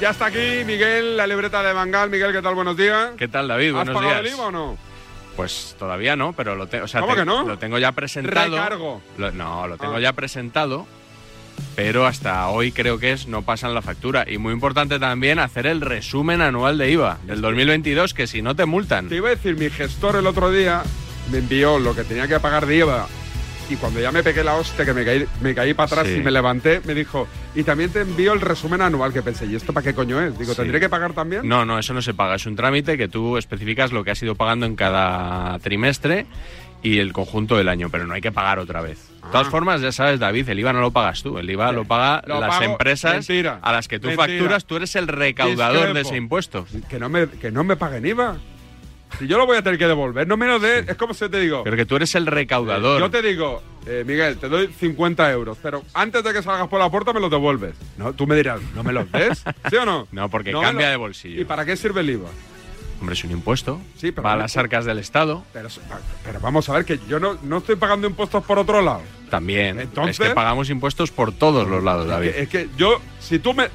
Ya está aquí Miguel, la libreta de Bangal. Miguel, ¿qué tal? Buenos días. ¿Qué tal, David? ¿Has Buenos pagado días. el IVA o no? Pues todavía no, pero lo, te- o sea, ¿Cómo te- que no? lo tengo ya presentado. Recargo. Lo- no, lo tengo Ah. ya presentado, pero hasta hoy creo que es no pasan la factura. Y muy importante también hacer el resumen anual de IVA del 2022, que si no te multan. Te iba a decir, mi gestor el otro día me envió lo que tenía que pagar de IVA. Y cuando ya me pegué la hostia, que me caí, me caí para atrás Sí. y me levanté, me dijo, y también te envío el resumen anual que pensé, ¿y esto para qué coño es? Digo, Sí. ¿tendré que pagar también? No, no, eso no se paga. Es un trámite que tú especificas lo que has ido pagando en cada trimestre y el conjunto del año, pero no hay que pagar otra vez. De todas formas, ya sabes, David, el IVA no lo pagas tú. El IVA lo pagan Ah. Lo las pago- empresas mentira, a las que tú mentira. facturas. Tú eres el recaudador de Discrepo. ese impuesto. Que no me, que no me paguen IVA. Si yo lo voy a tener que devolver, no menos de... Es como si te digo, Pero que tú eres el recaudador. Yo te digo, eh, Miguel, te doy 50 euros, pero antes de que salgas por la puerta me los devuelves. No, tú me dirás, ¿no me los des? ¿Sí o no? No, porque No me cambia lo- de bolsillo. ¿Y para qué sirve el IVA? Hombre, es un impuesto. Sí, pero va a no- las arcas del Estado. Pero, pero vamos a ver que yo no, no estoy pagando impuestos por otro lado. También. Entonces- es que pagamos impuestos por todos los lados, David. Que- es que yo, si tú me...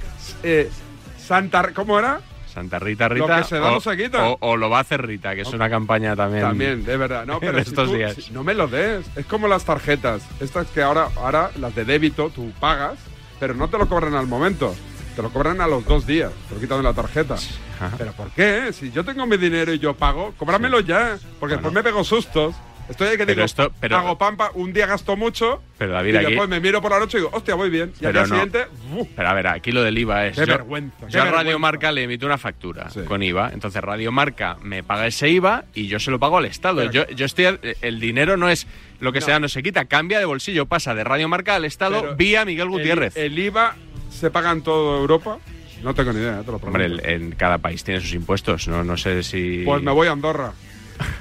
eh, Santa... ¿Cómo era? Santa Rita, lo Rita. que se da o, no se quita. o- o lo va a hacer Rita, que es una campaña también. También, de verdad. No, pero en si estos tú- días. si- no me lo des. Es como las tarjetas. Estas que ahora, ahora las de débito, tú pagas, pero no te lo cobran al momento. Te lo cobran a los dos días. Te lo quitan de la tarjeta. Ajá. ¿Pero por qué? Si yo tengo mi dinero y yo pago, cóbramelo ya. Porque después me pego sustos. Estoy ahí que Pero digo, esto- pero- hago pampa, un día gasto mucho. Pero, David, y aquí- después me miro por la noche y digo, hostia, voy bien. Y al Pero día no. siguiente, ¡buh! Pero a ver, aquí lo del IVA es. Qué vergüenza, qué Yo a Radio vergüenza. Marca le emito una factura Sí. con IVA. Entonces Radio Marca me paga ese IVA y yo se lo pago al Estado. Pero- Yo, yo estoy. El dinero no es lo que se da, no se quita. Cambia de bolsillo, pasa de Radio Marca al Estado Pero vía Miguel Gutiérrez. El, el IVA se paga en toda Europa. No tengo ni idea, eh, te lo prometo. Hombre, el- en cada país tiene sus impuestos. No, no sé si. Pues me voy a Andorra.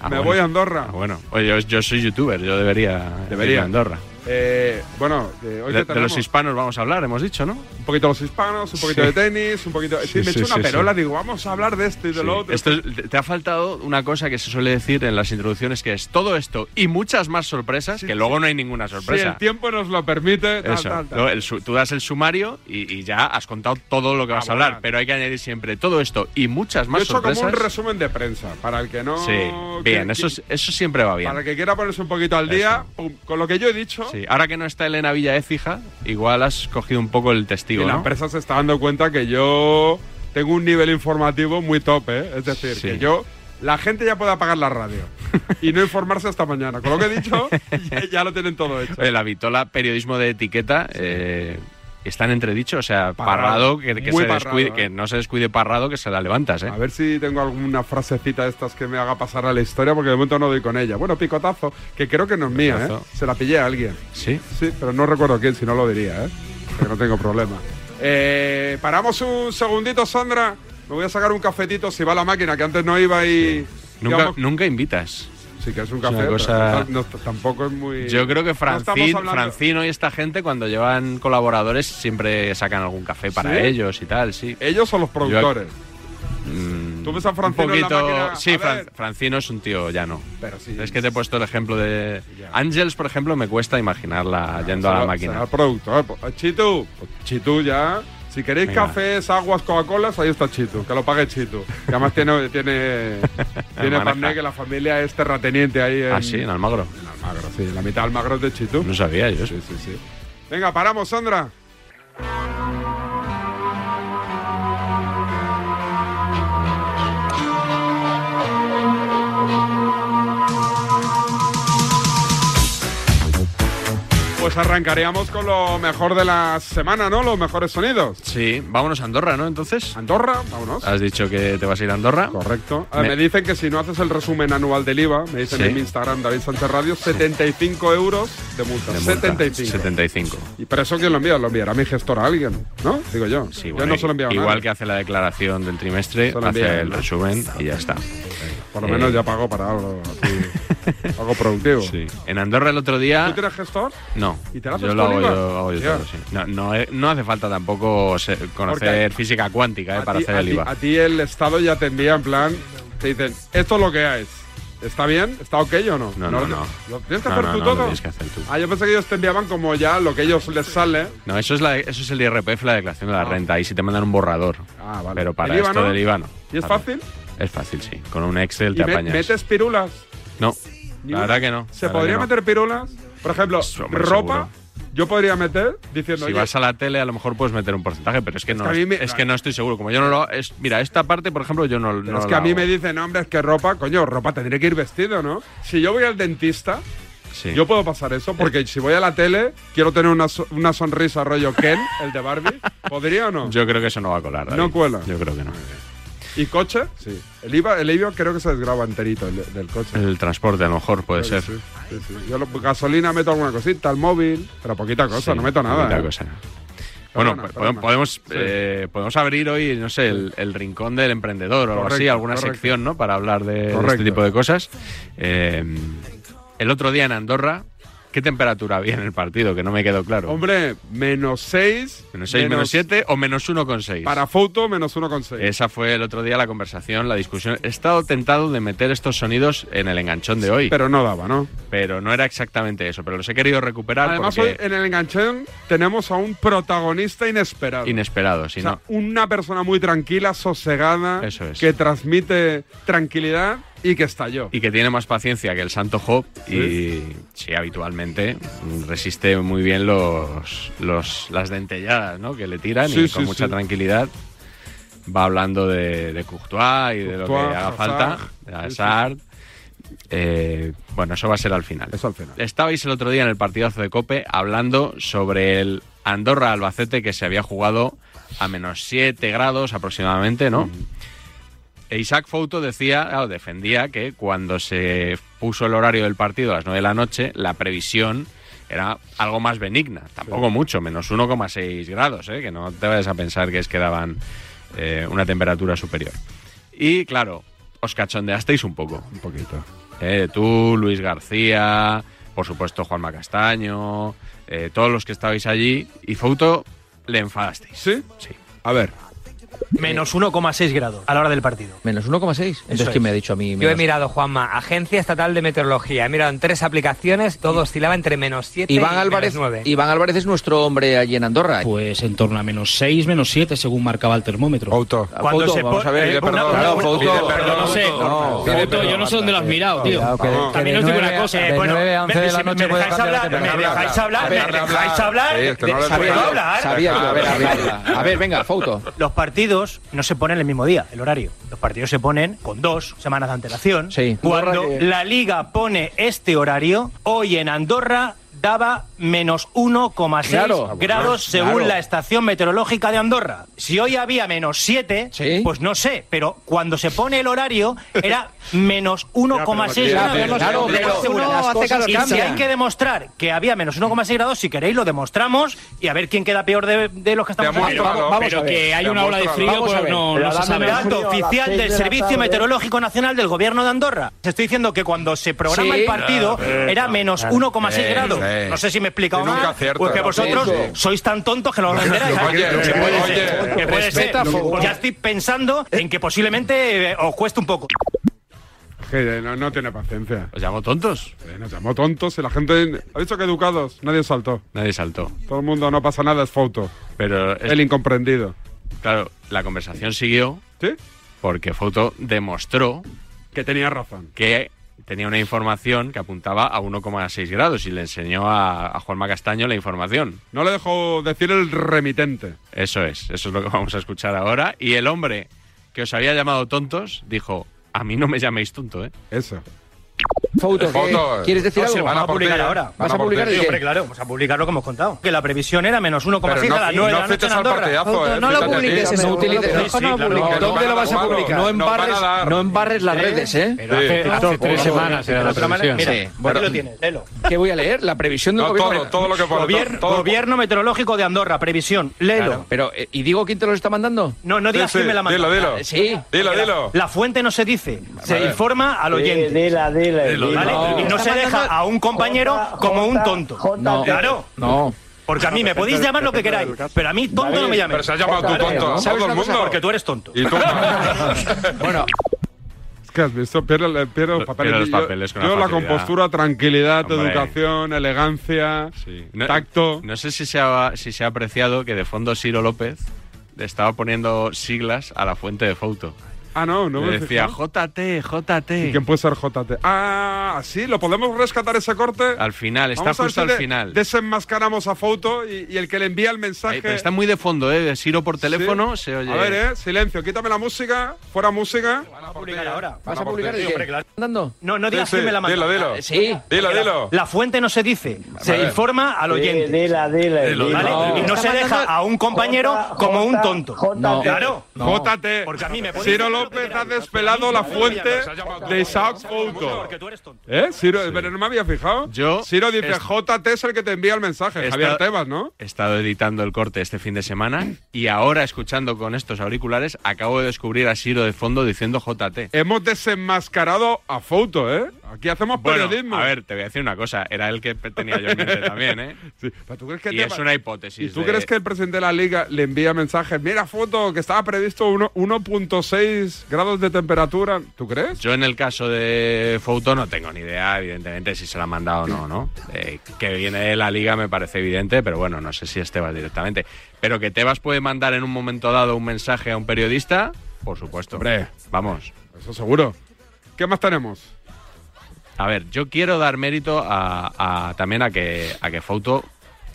Ah, me bueno. voy a Andorra. Ah, bueno, Oye, yo, yo soy youtuber, yo debería. Debería. irme a Andorra. Eh, bueno, eh, hoy que De, de tenemos los hispanos vamos a hablar, hemos dicho, ¿no? un poquito los hispanos, un poquito Sí. de tenis, un poquito. Sí, Sí, me he sí, hecho una sí, perola, sí. digo, vamos a hablar de esto y de lo Sí. otro. Esto es- te ha faltado una cosa que se suele decir en las introducciones, que es todo esto y muchas más sorpresas, Sí, que sí. luego no hay ninguna si el sorpresa. tiempo nos lo permite, tal, Eso. tal, tal. Luego el su- tú das el sumario y, y ya has contado todo lo que vas a hablar, Ah, bueno. pero hay que añadir siempre todo esto y muchas Yo he más hecho como un sorpresas. resumen de prensa, para el que no. sí, que- bien, que- eso, es- eso siempre va bien. Para el que quiera ponerse un poquito al día, pum, con lo que yo he dicho, Sí. Ahora que no está Elena Villaécija, igual has cogido un poco el y testigo, la ¿no? empresa se está dando cuenta que yo tengo un nivel informativo muy top, ¿eh? Es decir, Sí. que yo. La gente ya puede apagar la radio y no informarse hasta mañana. Con lo que he dicho, ya- ya lo tienen todo hecho. Oye, la Vitola, periodismo de etiqueta, eh, está en entredicho. O sea, Parrado. Parrado, que, que Muy se Parrado, descuide- ¿eh? Ah, que no se descuide Parrado, que se la levantas, ¿eh? A ver si tengo alguna frasecita de estas que me haga pasar a la historia, porque de momento no doy con ella. Bueno, picotazo, que creo que no es mía, ¿eh? Picotazo. Se la pillé a alguien. Sí. Sí, pero no recuerdo quién, si no lo diría, ¿eh? Que no tengo problema. Eh, paramos un segundito, Sandra. Me voy a sacar un cafetito si va la máquina, que antes no iba y... Nunca, digamos- nunca invitas. sí, que es un es una café, pero cosa- no- tampoco es muy... Yo creo que estamos Francín- hablando- Francino y esta gente, cuando llevan colaboradores, siempre sacan algún café para ¿Sí? ellos y tal, sí. Ellos son los productores. Mm, ¿Tú ves a un Francino en la máquina? Sí, A Fran- ver. Francino es un tío llano. Pero sí, Es que te he puesto el ejemplo de. Ya. Ángels, por ejemplo, me cuesta imaginarla yendo a la Será- máquina. será el productor. Pues, Chitu, pues, Chitu ya. Si queréis Venga. cafés, aguas, Coca-Colas, ahí está Chitu, que lo pague Chitu. Que además tiene, tiene, tiene Maneja. Pamné, que la familia es terrateniente ahí eh. en, Ah, sí, en Almagro. en Almagro. Sí, la mitad de Almagro es de Chitu. No sabía yo. eso. Sí, sí, sí. Venga, paramos, Sandra. Pues arrancaríamos con lo mejor de la semana, ¿no? Los mejores sonidos. Sí, vámonos a Andorra, ¿no? Entonces, Andorra, vámonos. has dicho que te vas a ir a Andorra. Correcto. A ver, Me- me dicen que si no haces el resumen anual del IVA, me dicen Sí. en mi Instagram, David Sánchez Radio, 75 euros de multa. De multa. 75. 75. ¿Y pero eso quién lo envía? Lo enviará mi gestora a alguien, ¿no? Digo yo. Sí, yo bueno, no se lo enviaba Igual que hace la declaración del trimestre, Se lo envía, hace el ¿no? resumen y ya está. Por lo menos eh, ya pagó para algo, así, algo productivo. En Andorra el otro día. ¿Tú tienes gestor? No, ¿Y te la haces yo lo tú, hago yo, Oliva? hago yo Hostia. todo, sí. No, no, eh, no hace falta tampoco se- Porque conocer física cuántica eh, A para ti- hacer a el ti- IVA. A ti el Estado ya te envía en plan, te dicen, esto es lo que es. ¿Está bien? ¿Está ok o no? No, no, no. ¿Lo tienes que No, hacer no, tú no, lo todo? tienes que hacer tú. Ah, yo pensé que ellos te enviaban como ya lo que ellos les sale. No, eso es, la, eso es el IRPF, la declaración de la renta. Ahí sí te mandan un borrador. Ah, vale. Pero para ¿El IVA esto no? del IVA no. ¿Y es Para- fácil? Es fácil, sí. Con un Excel ¿Y te me- apañas. metes pirulas? No, Ni la una. verdad que no. ¿Se la verdad podría que no. Pues, meter pirulas? Por ejemplo, hombre, ropa. Yo podría meter diciendo. Si oye, vas a la tele, a lo mejor puedes meter un porcentaje, pero es que, no, que a mí me- es que no estoy seguro. Como yo no lo. Es, mira, esta parte, por ejemplo, yo no. Pero no es que la a mí hago. me dicen, no, hombre, es que ropa, coño, ropa tendré que ir vestido, ¿no? Si yo voy al dentista, Sí. yo puedo pasar eso, porque si voy a la tele, quiero tener una, so- una sonrisa rollo Ken, el de Barbie, ¿podría o no? Yo creo que eso no va a colar. David. No cuela. Yo creo que no. ¿Y coche? Sí. El IVA, el IVA creo que se desgraba enterito el- del coche. El transporte, a lo mejor, puede Creo ser. que sí, sí, sí. Yo lo- gasolina meto alguna cosita, el móvil, pero poquita cosa, Sí, no meto nada. poquita ¿eh? cosa. Bueno, Perdona, po- perdona. podemos, eh, podemos abrir hoy, no sé, el, el rincón del emprendedor o algo así, Correcto, alguna correcto. sección, ¿no? Para hablar de- de, Correcto. este tipo de cosas. Eh, el otro día en Andorra, ¿qué temperatura había en el partido? Que no me quedó claro. Hombre, menos 6. menos 6, menos 7 o menos 1,6. Para foto, menos 1,6. Esa fue el otro día la conversación, la discusión. He estado tentado de meter estos sonidos en el enganchón de hoy, pero, Pero no daba, ¿no? no era exactamente eso. Pero los he querido recuperar Además, porque hoy en el enganchón tenemos a un protagonista inesperado. inesperado, si eh, o sea, no. una persona muy tranquila, sosegada, Eso es. que transmite tranquilidad y que estalló. y que tiene más paciencia que el Santo Job y sí, habitualmente resiste muy bien los, los las dentelladas ¿no? que le tiran Sí, y con sí, mucha sí. tranquilidad va hablando de, de Courtois y de lo que Courtois, haga Hazard. falta, de Sí, sí. Hazard. Eh, bueno, eso va a ser al final. Eso al final. Estabais el otro día en el partidazo de Cope hablando sobre el Andorra Albacete que se había jugado a menos 7 grados aproximadamente, Mm. ¿no? E Isaac Fouto decía, claro, defendía que cuando se puso el horario del partido a las 9 de la noche, la previsión era algo más benigna, tampoco mucho, menos 1,6 grados, ¿eh? que no te vayas a pensar que es que daban eh, una temperatura superior. Y claro, os cachondeasteis un poco. Un poquito. Eh, tú, Luis García, por supuesto Juanma Castaño, eh, todos los que estabais allí, y Fouto le enfadasteis. ¿Sí? Sí. A ver. Menos 1,6 grados a la hora del partido. Menos 1,6. Entonces, es. ¿quién me ha dicho a mí? Yo he menos- mirado, Juanma, Agencia Estatal de Meteorología. He mirado en tres aplicaciones, todo oscilaba entre menos 7 Iván y Álvarez, menos 9. Iván Álvarez es nuestro hombre allí en Andorra. Pues en torno a menos 6, menos 7, según marcaba el termómetro. Auto. Cuando Fouto, se vamos po- a ver. eh, Pide una- perdón, una- claro, una- Fouto. pide perdón, Yo no sé, No, Fouto, yo no sé dónde lo has mirado, tío. También os digo una cosa. Eh, bueno, me- si me dejáis hablar, me dejáis hablar, me Dejarle dejáis hablar. hablar, Sí, es que no de- le ¿puedo Sabía puedo yo, hablar? sabía yo. A ver, a ver, a ver, venga, Fouto. Los partidos no se ponen el mismo día, el horario. Los partidos se ponen con dos semanas de antelación. Sí. Cuando Andorra que- la liga pone este horario, hoy en Andorra daba menos 1,6 Claro. grados según Claro. la estación meteorológica de Andorra. Si hoy había menos 7, Sí. pues no sé, pero cuando se pone el horario era menos 1,6 Ya, grados. pero claro, Menos pero uno, las hace cosas calor. Y si cambian. hay que demostrar que había menos 1,6 grados, si queréis lo demostramos y a ver quién queda peor de, de los que estamos Te aquí. muestro, Vamos, vamos a Pero ver. que hay una ola de frío, Vamos a pues ver. no, no se sabe. Dato oficial del Servicio Meteorológico Nacional del Gobierno de Andorra. Te estoy diciendo que cuando se programa Sí. el partido era menos 1,6 grados. sí. No sé si me he explicado Que nunca mal, acierta. pues que vosotros Eso. sois tan tontos que no lo enteráis. Oye, que puede oye, ser, que puede ser. respeta, por favor. Ya estoy pensando en que posiblemente eh, os cueste un poco. Que no, no tiene paciencia. ¿Os llamo tontos? Eh, Nos llamó tontos y la gente. ¿Ha visto que educados? Nadie saltó. Nadie saltó. Todo el mundo no pasa nada, es foto. Pero, es- El incomprendido. claro, la conversación siguió ¿Sí? porque Fouto demostró Que tenía razón. que tenía una información que apuntaba a 1,6 grados y le enseñó a, a Juanma Castaño la información. No le dejó decir el remitente. Eso es, eso es lo que vamos a escuchar ahora. Y el hombre que os había llamado tontos dijo, a mí no me llaméis tonto, ¿eh? Eso. Fouto, ¿qué- Fouto, eh. ¿quieres decir No, se algo? van a por publicar ti, ¿eh? ahora. Van ¿Vas a a por publicar ti. el Sí, qué? hombre, claro, vamos a publicar lo que hemos contado. Que la previsión era menos 1,6 a las 9 de la noche en Andorra. No lo publiques, eso. No, No utilices. Sí, sí, no lo claro, publiques. no, ¿Dónde no, lo vas no, a publicar? no, No no, van a embarres, dar. no embarres las redes, ¿eh? Hace tres semanas era la Otra manera- previsión. Mira, Sí, aquí bueno. lo tienes, léelo. ¿Qué voy a leer? La previsión del No, gobierno. todo, todo lo que puedo. Gobierno, todo- Gobierno Meteorológico de Andorra, previsión, léelo. Claro, Pero, eh, ¿y digo quién te lo está mandando? No, no Sí, digas sí, quién me la manda. dilo, dilo. Sí. Dilo, dilo. La fuente no se dice, se informa al oyente. ¿vale? No. Y no se deja a un compañero como un tonto. No. Claro, No. porque a mí me podéis llamar lo que queráis, pero a mí tonto no me Pero llaméis. se ha llamado tú tonto. a ¿Sabes Todo el una cosa? mundo. Porque tú eres tonto. Y tú. Bueno, Es que has visto, pierdo, eh, pierdo los Lo- papeles. pierdo los Yo- papeles con yo, la la facilidad. compostura, tranquilidad, Hombre. educación, elegancia, Sí. No- tacto. No sé si se, ha, si se ha apreciado que de fondo Ciro López le estaba poniendo siglas a la fuente de Fouto. Ah, no, no me Le decía fijé. JT, JT. ¿Y quién puede ser JT? Ah, sí, lo podemos rescatar ese corte. Al final, está Vamos a ver justo si al de- final. Desenmascaramos a Foto y, y el que le envía el mensaje. Ahí, pero está muy de fondo, ¿eh? De Ciro por teléfono Sí. se oye. A ver, eh, silencio, quítame la música, fuera música. a publicar ahora. ¿Vas a publicar el hombre, qué? claro. ¿Andando? No, no digas Sí, quién me la Ah, sí, mandó. dilo, dilo. Sí. Dilo, dilo. La fuente no se dice, se Vale. informa al oyente. Dila, dila, Dilo, dila. ¿vale? No. Y no se Está deja mandando- a un compañero Jota, como un Jota, tonto. Jota, No. Claro. JT. Porque a mí me puede- Ciro López ha despelado la fuente de Isaac Fouto. Porque tú eres tonto. ¿Eh? Ciro, pero no me había fijado. Yo- Ciro dice, es- JT es el que te envía el mensaje, Esta- Javier Tebas, ¿no? He estado editando el corte este fin de semana y ahora, escuchando con estos auriculares, acabo de descubrir a Ciro de fondo diciendo JT. Hemos desenmascarado a Fouto, ¿eh? Aquí hacemos Bueno, periodismo. a ver, te voy a decir una cosa. Era el que pe- tenía yo en mente también, ¿eh? Sí, pero ¿tú crees que Y Tebas- es una hipótesis. ¿Y tú de- crees que el presidente de la liga le envía mensajes? Mira, foto, que estaba previsto uno- 1.6 grados de temperatura. ¿Tú crees? Yo en el caso de Fouto no tengo ni idea, evidentemente, si se la ha mandado o no, ¿no? Eh, que viene de la liga me parece evidente, pero bueno, no sé si es Tebas directamente. Pero que Tebas puede mandar en un momento dado un mensaje a un periodista, por supuesto. Hombre. Vamos. Eso seguro. ¿Qué más tenemos? A ver, yo quiero dar mérito a, a- también a que, a que Fouto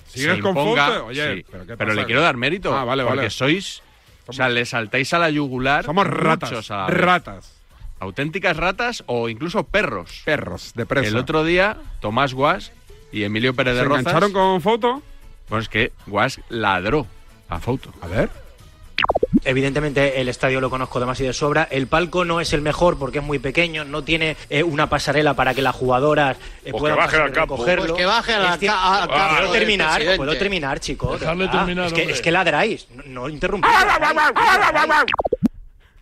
¿Sigues se con imponga. Fouto? Oye, sí, ¿pero qué pero, pasa? le quiero dar mérito. Ah, vale, porque vale. sois... O sea, le saltáis a la yugular. Somos muchos ratas. a la vez. Ratas. Auténticas ratas o incluso perros. Perros de presa. El otro día, Tomás Guas y Emilio Pérez ¿Se de Rozas. engancharon con foto? Bueno, es que Guas ladró a Fouto. A ver. Evidentemente el estadio lo conozco demasiado de sobra. El palco no es el mejor porque es muy pequeño, no tiene eh, una pasarela para que las jugadoras eh, puedan pasar y recogerlo. Pues que baje a la Es que- ca- al campo Puedo del terminar, presidente. puedo terminar, chicos. de Dejadle verdad. terminar, es, que, hombre. es que ladráis, no, no interrumpís.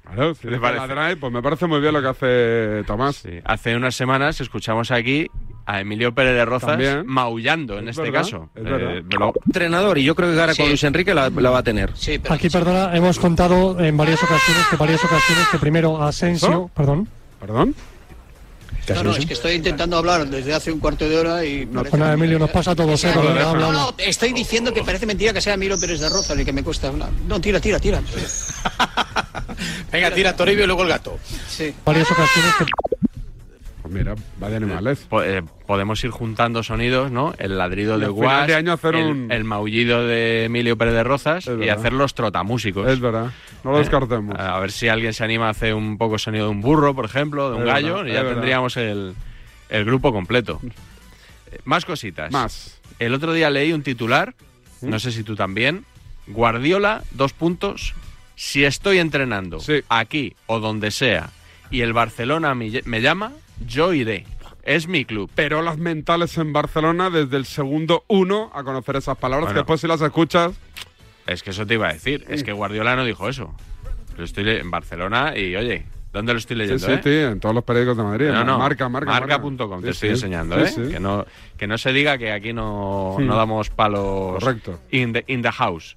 Claro, si ¿Qué te te parece? ladráis, pues me parece muy bien lo que hace Tomás. Sí. Hace unas semanas escuchamos aquí a Emilio Pérez de Rozas También. maullando en Es este verdad, caso. es verdad. lo- Entrenador, y yo creo que ahora con Sí. Luis Enrique la, la va a tener. Sí, pero Aquí, perdona, hemos contado en varias ocasiones que varias ocasiones que primero Asensio, ¿Eso? perdón, ¿Perdón? no, no, es que estoy intentando hablar desde hace un cuarto de hora y parece bueno, mentira. Pues Emilio, nos pasa a todos, eh, No, cuando no, habla, no, estoy diciendo que parece mentira que sea Miro Pérez de Roza el que me cuesta hablar. No, tira, tira, tira. Venga, tira Toribio y luego el gato. Sí. varias ocasiones que Pues mira, va de animales. po- eh, podemos ir juntando sonidos, ¿no? El ladrido Y de al final Guas, de año hacer el, un- el maullido de Emilio Pérez de Rozas Es y verdad. hacer los trotamúsicos. Es verdad. No lo Eh, descartemos. A ver si alguien se anima a hacer un poco sonido de un burro, por ejemplo, de un Es gallo, verdad, y es ya verdad. tendríamos el, el grupo completo. Eh, Más cositas. Más. ¿Mm? El otro día leí un titular, no sé si tú también. Guardiola, dos puntos. Si estoy entrenando Sí. aquí o donde sea y el Barcelona me lle- me llama, yo iré. Es mi club. Pero las mentales en Barcelona desde el segundo uno a conocer esas palabras Bueno. que después si las escuchas Es que eso te iba a decir. Es que Guardiola no dijo eso. Lo estoy le- en Barcelona y, oye, ¿dónde lo estoy Sí, leyendo? sí, eh? tío, en todos los periódicos de Madrid. No, no, Marca, marca. Marca.com, marca. te Sí, estoy sí. enseñando, Sí, ¿eh? sí. Que, no, que no se diga que aquí no, Sí. no damos palos Correcto. In, the, in the house.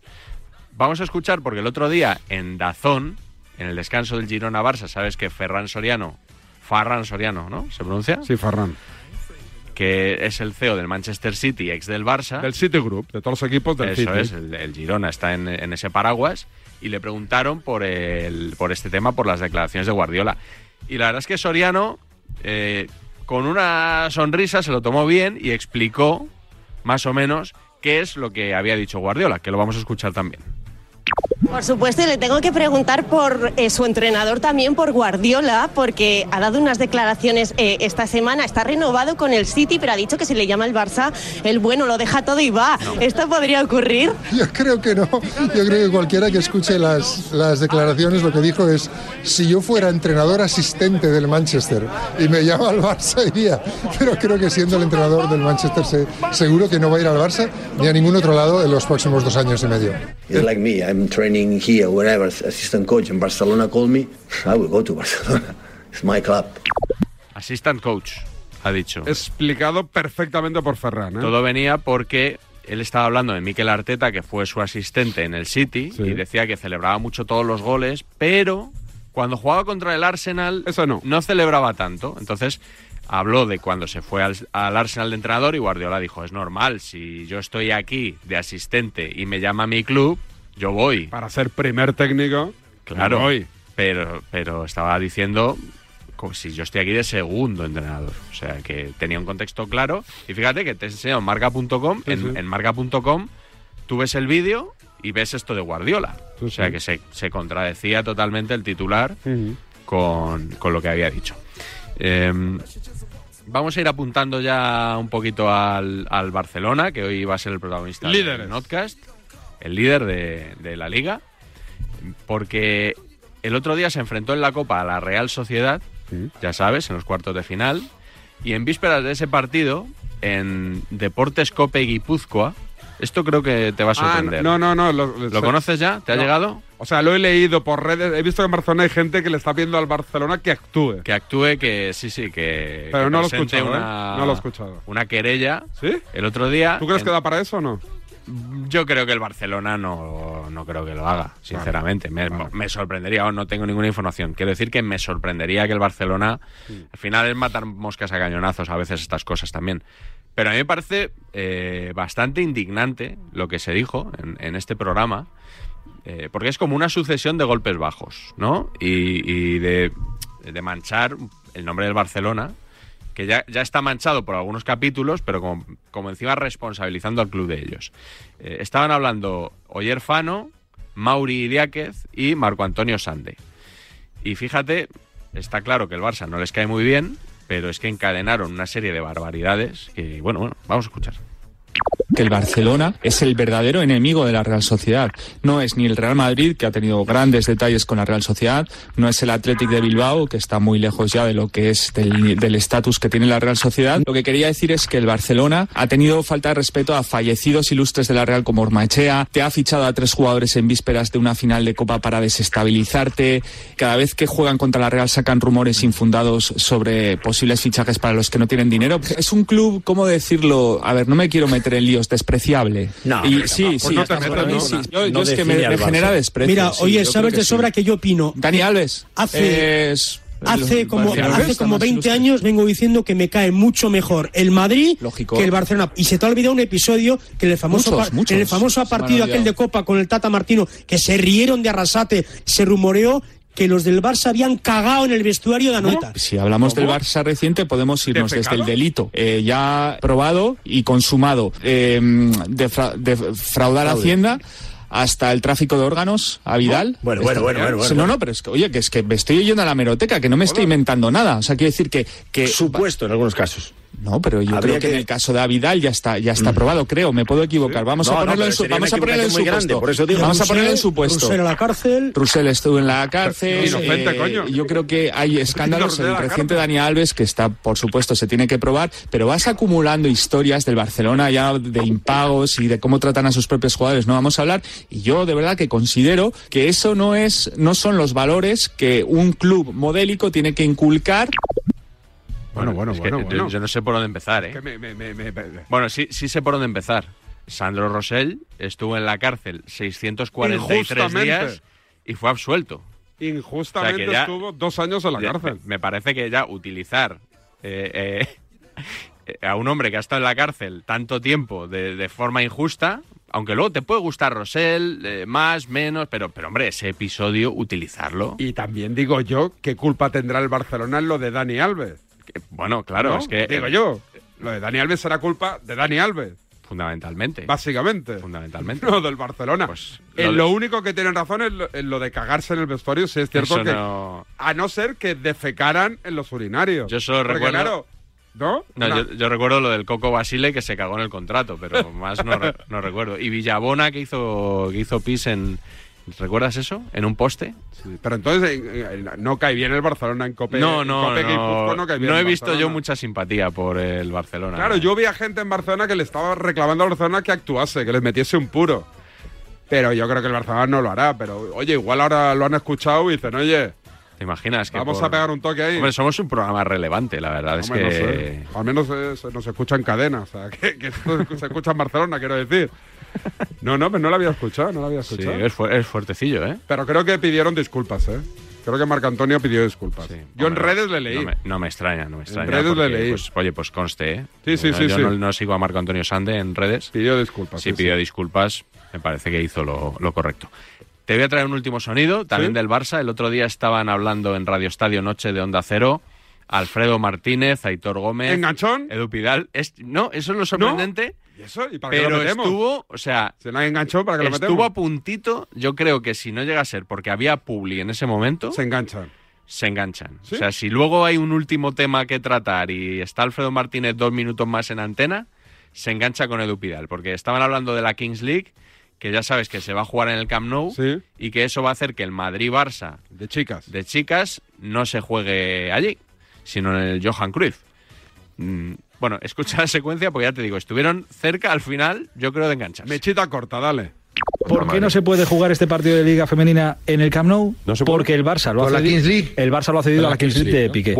Vamos a escuchar, porque el otro día en Dazón, en el descanso del Girona-Barça, sabes que Ferran Soriano, Farran Soriano, ¿no? ¿Se pronuncia? Sí, Ferran. Que es el CEO del Manchester City, ex del Barça. Del City Group, de todos los equipos del Eso City. es, el, el Girona está en, en ese paraguas y le preguntaron por, el, por este tema, por las declaraciones de Guardiola. Y la verdad es que Soriano, eh, con una sonrisa, se lo tomó bien y explicó, más o menos, qué es lo que había dicho Guardiola, que lo vamos a escuchar también. Por supuesto, y le tengo que preguntar por eh, su entrenador también, por Guardiola, porque ha dado unas declaraciones eh, esta semana. Está renovado con el City, pero ha dicho que si le llama el Barça, el bueno lo deja todo y va. ¿Esto podría ocurrir? Yo creo que no. Yo creo que cualquiera que escuche las, las declaraciones lo que dijo es, si yo fuera entrenador asistente del Manchester y me llama al Barça, iría. Pero creo que siendo el entrenador del Manchester se- seguro que no va a ir al Barça ni a ningún otro lado en los próximos dos años y medio. It's like me, I'm training here, wherever, assistant coach in Barcelona called me, I will go to Barcelona. It's my club. Assistant coach, ha dicho. Explicado perfectamente por Ferran, ¿eh? Todo venía porque él estaba hablando de Mikel Arteta, que fue su asistente en el City, Sí. y decía que celebraba mucho todos los goles, pero Cuando jugaba contra el Arsenal, no. celebraba tanto. Entonces habló de cuando se fue al, al Arsenal de entrenador y Guardiola dijo, es normal, si yo estoy aquí de asistente y me llama mi club, yo voy. Para ser primer técnico. Claro, voy. Pero, pero estaba diciendo como si yo estoy aquí de segundo entrenador. O sea, que tenía un contexto claro. Y fíjate que te he enseñado marca.com. en, en marca.com tú ves el vídeo y ves esto de Guardiola. O sea, que se, se contradecía totalmente el titular con, con lo que había dicho. Em, vamos a ir apuntando ya un poquito al, al Barcelona, que hoy va a ser el protagonista Líderes. del Notcast, el líder de, de la liga, porque el otro día se enfrentó en la Copa a la Real Sociedad, ya sabes, en los cuartos de final, y en vísperas de ese partido, en Deportes Cope Guipúzcoa, esto creo que te va a sorprender. Ah, no, no, no. ¿Lo, ¿Lo conoces ya? ¿Te ha No. llegado? O sea, lo he leído por redes. He visto que en Barcelona hay gente que le está pidiendo al Barcelona que actúe. Que actúe, que sí, sí, Eh, que. Pero que no lo he presente escuchado, ¿eh? Una, No lo he escuchado. Una querella. ¿Sí? El otro día. ¿Tú crees en- que da para eso o no? Yo creo que el Barcelona no, no creo que lo haga, sinceramente. Me, me sorprendería, o no tengo ninguna información. Quiero decir que me sorprendería que el Barcelona. Al final es matar moscas a cañonazos a veces estas cosas también. Pero a mí me parece eh, bastante indignante lo que se dijo en, en este programa, eh, porque es como una sucesión de golpes bajos, ¿no? Y, y de, de manchar el nombre del Barcelona, que ya, ya está manchado por algunos capítulos, pero como, como encima responsabilizando al club de ellos. Eh, estaban hablando Oyer Fano, Mauri Iriáquez y Marco Antonio Sande. Y fíjate, está claro que el Barça no les cae muy bien, pero es que encadenaron una serie de barbaridades que, bueno, bueno, vamos a escuchar. que el Barcelona es el verdadero enemigo de la Real Sociedad. No es ni el Real Madrid, que ha tenido grandes detalles con la Real Sociedad, no es el Athletic de Bilbao, que está muy lejos ya de lo que es del del estatus que tiene la Real Sociedad. Lo que quería decir es que el Barcelona ha tenido falta de respeto a fallecidos ilustres de la Real como Ormaechea, te ha fichado a tres jugadores en vísperas de una final de Copa para desestabilizarte, cada vez que juegan contra la Real sacan rumores infundados sobre posibles fichajes para los que no tienen dinero. Es un club, ¿cómo decirlo? A ver, no me quiero meter en líos, despreciable. No, y hombre, sí, no, sí, pues no te hasta metas, para mí no, sí. no, Yo, yo no es que me, define al me Barça. genera desprecio. Mira, sí, oye, yo sabes creo de que sobra sí. que yo opino. Dani Alves. Hace, Es- hace como, Barcelona hace está como más 20 ilustre. años vengo diciendo que me cae mucho mejor el Madrid que el Barcelona. Y se te ha olvidado un episodio que en el famoso, Muchos, par- muchos. en el famoso Se me han partido aquel olvidado. de Copa con el Tata Martino, que se rieron de Arrasate, se rumoreó que los del Barça habían cagado en el vestuario de Anoeta. Si hablamos ¿Cómo? del Barça reciente, podemos irnos desde ¿Defecado? el delito eh, ya probado y consumado, eh, defra- defraudar Fraude. Hacienda hasta el tráfico de órganos a Oh, Vidal. Bueno, bueno, Está- bueno, bueno, bueno, No, bueno. no, pero es que, oye, que es que me estoy yendo a la meroteca, que no me estoy inventando nada. O sea, quiero decir que... que Supuesto, en algunos casos. No, pero yo Habría creo que, que- Mm. en el caso de Avidal ya está, ya está probado, creo. Me puedo equivocar. Vamos No, a no, ponerlo pero en su, sería vamos una a ponerlo en equivocación su muy puesto. grande, por eso digo. vamos a ponerlo en su Rusell- puesto. Rusell a la cárcel. Russell estuvo en la cárcel. eh, Pero inocente, coño. Yo creo que hay escándalos. Rusell a El la reciente Dani Alves, que está, por supuesto, se tiene que probar, pero vas acumulando historias del Barcelona ya de impagos y de cómo tratan a sus propios jugadores. No vamos a hablar. Y yo de verdad que considero que eso no es, no son los valores que un club modélico tiene que inculcar. Bueno, bueno, Es que bueno. yo- bueno. Yo, no sé por dónde empezar, ¿eh? Que me- me- me- me- me- Bueno, sí, sí sé por dónde empezar. Sandro Rosell estuvo en la cárcel 643 Injustamente. días y fue absuelto. Injustamente ya- estuvo dos años en la Ya, cárcel. Me parece que ya utilizar eh, eh, a un hombre que ha estado en la cárcel tanto tiempo de, de forma injusta, aunque luego te puede gustar Rosell, eh, más, menos, pero, pero hombre, ese episodio, utilizarlo. Y también digo yo, ¿qué culpa tendrá el Barcelona en lo de Dani Alves? Bueno, claro, ¿No? es que. Digo eh, yo, lo de Dani Alves será culpa de Dani Alves. Fundamentalmente. Básicamente. Fundamentalmente. Pues No, del Barcelona. lo En de- lo único que tienen razón es lo, en lo de cagarse en el vestuario, si es cierto Eso que. no- A no ser que defecaran en los urinarios. Yo solo recuerdo- Claro, ¿No? No, Una- yo, yo recuerdo lo del Coco Basile que se cagó en el contrato, pero más no, re- no recuerdo. Y Villabona que hizo, que hizo pis en. ¿Recuerdas eso? ¿En un poste? Sí, Pero entonces eh, eh, no cae bien el Barcelona en Cope. no, en no, Cope no. Guipúzcoa No, cae bien he el visto yo Barcelona. mucha simpatía por el Barcelona. Claro, yo vi a gente en Barcelona que le estaba reclamando al Barcelona que actuase, que les metiese un puro. Pero yo creo que el Barcelona no lo hará. Pero oye, igual ahora lo han escuchado y dicen, oye, ¿Te imaginas que vamos por- a pegar un toque ahí. Hombre, somos un programa relevante, la verdad es Hombre, no que. sé. Al menos eh, se- nos escucha en cadena, o sea, que, que esto se escucha en Barcelona, quiero decir. No, no, pero no lo había escuchado, no lo había Sí, escuchado. es, fu- es fuertecillo, ¿eh? Pero creo que pidieron disculpas, ¿eh? Creo que Marco Antonio pidió disculpas. Yo en redes le leí. No me, no me extraña, no me extraña. redes le porque, leí. pues, oye, pues conste, ¿eh? Sí, sí, No, sí, Yo sí. No, no sigo a Marco Antonio Sande en redes. Pidió disculpas. Sí, sí, pidió sí. disculpas. Me parece que hizo lo, lo correcto. Te voy a traer un último sonido, también del Barça. El otro día estaban hablando en Radio Estadio Noche de Onda Cero. Alfredo Martínez, Aitor Gómez. ¿Enganchón? Edu Pidal. Es- no, eso es lo sorprendente. ¿Y eso? ¿Y para qué lo Pero metemos? estuvo, o sea. Se la enganchó para que lo Estuvo metemos. a puntito. Yo creo que si no llega a ser porque había Publi en ese momento. Se enganchan. Se enganchan. O sea, si luego hay un último tema que tratar y está Alfredo Martínez dos minutos más en antena, se engancha con Edu Pidal. Porque estaban hablando de la Kings League, que ya sabes que se va a jugar en el Camp Nou y que eso va a hacer que el Madrid-Barça. De chicas. De chicas no se juegue allí, sino en el Johan Cruyff. Mm, Bueno, escucha la secuencia porque ya te digo, estuvieron cerca al final, yo creo, de engancharse. Mechita corta, dale. ¿Por qué no se puede jugar este partido de Liga Femenina en el Camp Nou? Porque el Barça lo ha Por la cedido. Kings League. El Barça lo ha cedido Por a la Kings League de Piqué.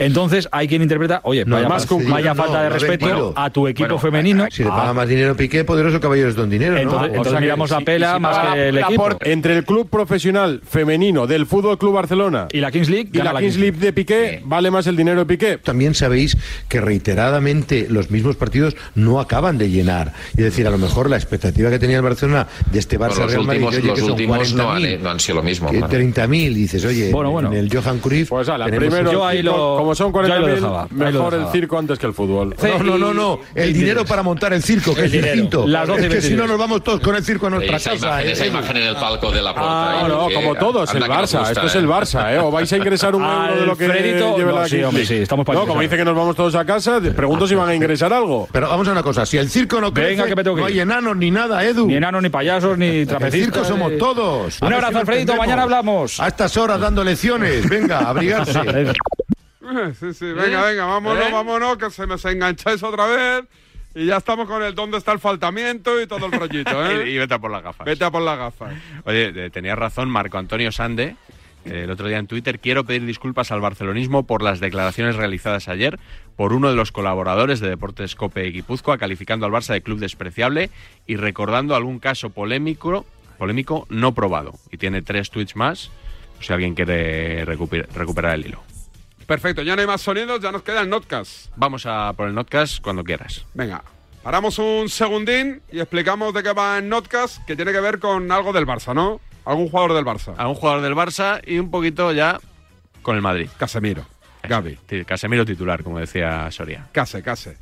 Entonces hay quien interpreta, oye, No, vaya, además, fa- concluido, vaya no, falta de no, respeto tranquilo. a tu equipo Bueno, femenino. Si le paga Ah, más dinero Piqué, poderoso caballero es don dinero, ¿no? Entonces- entonces miramos la pela más paga que el equipo. aporte- Entre el club profesional femenino del Fútbol Club Barcelona y la Kings League, y la Kings League de Piqué, vale más el dinero de Piqué. También sabéis que reiteradamente los mismos partidos no acaban de llenar. Es decir, a lo mejor la expectativa que tenía el Barcelona de este Bueno, Barça los Real Madrid, últimos, oye, los que son últimos no, han, 40.000, eh, no han sido lo mismo. que claro. 30.000, dices, oye, en el Johan Cruyff. Pues La primero, yo circo, como son 40.000, mejor el circo antes que el fútbol. No, no, no, no, el dinero para montar el circo, que El es dinero. distinto. Las doce y Es que si no veintitrés. nos vamos todos con el circo a nuestra Esa casa. imagen, ¿eh? esa imagen en el palco de la puerta. Ah, no, como todos, el Barça. Esto es el Barça, ¿eh? O vais a ingresar un Ah, euro de lo que Alfredito- lleve la No, sí, Kings hombre, League. sí, estamos para Eh, No, como ingresar. dice que nos vamos todos a casa, te pregunto si van a ingresar algo. Pero vamos a una cosa, si el circo no crece, Venga, que me tengo que no hay ir. enanos ni nada, Edu. Ni enanos, ni payasos, ni trapecistas. circo somos eh, ni- todos. A Un ver si abrazo, lo Alfredito. entendemos. Mañana hablamos. A estas horas dando lecciones. Venga, a abrigarse. Eh, Sí, sí, venga, ¿Eh? venga, vámonos, ¿Eh? vámonos, que se me se engancháis otra vez. Y ya estamos con el dónde está el faltamiento y todo el rollito, ¿eh? y vete a por las gafas. Vete a por las gafas. Oye, de- tenías razón Marco Antonio Sande. eh, El otro día en Twitter quiero pedir disculpas al barcelonismo por las declaraciones realizadas ayer por uno de los colaboradores de Deportes Cope Guipúzcoa, calificando al Barça de club despreciable y recordando algún caso polémico, polémico no probado. Y tiene tres tweets más, por si alguien quiere recuper- recuperar el hilo. Perfecto, ya no hay más sonidos, ya nos queda el notcast. Vamos a por el notcast cuando quieras. Venga, paramos un segundín y explicamos de qué va el notcast, que tiene que ver con algo del Barça, ¿no? Algún jugador del Barça. A un jugador del Barça y un poquito ya con el Madrid. Casemiro. Gaby. Casemiro titular, como decía Soria. Case, case.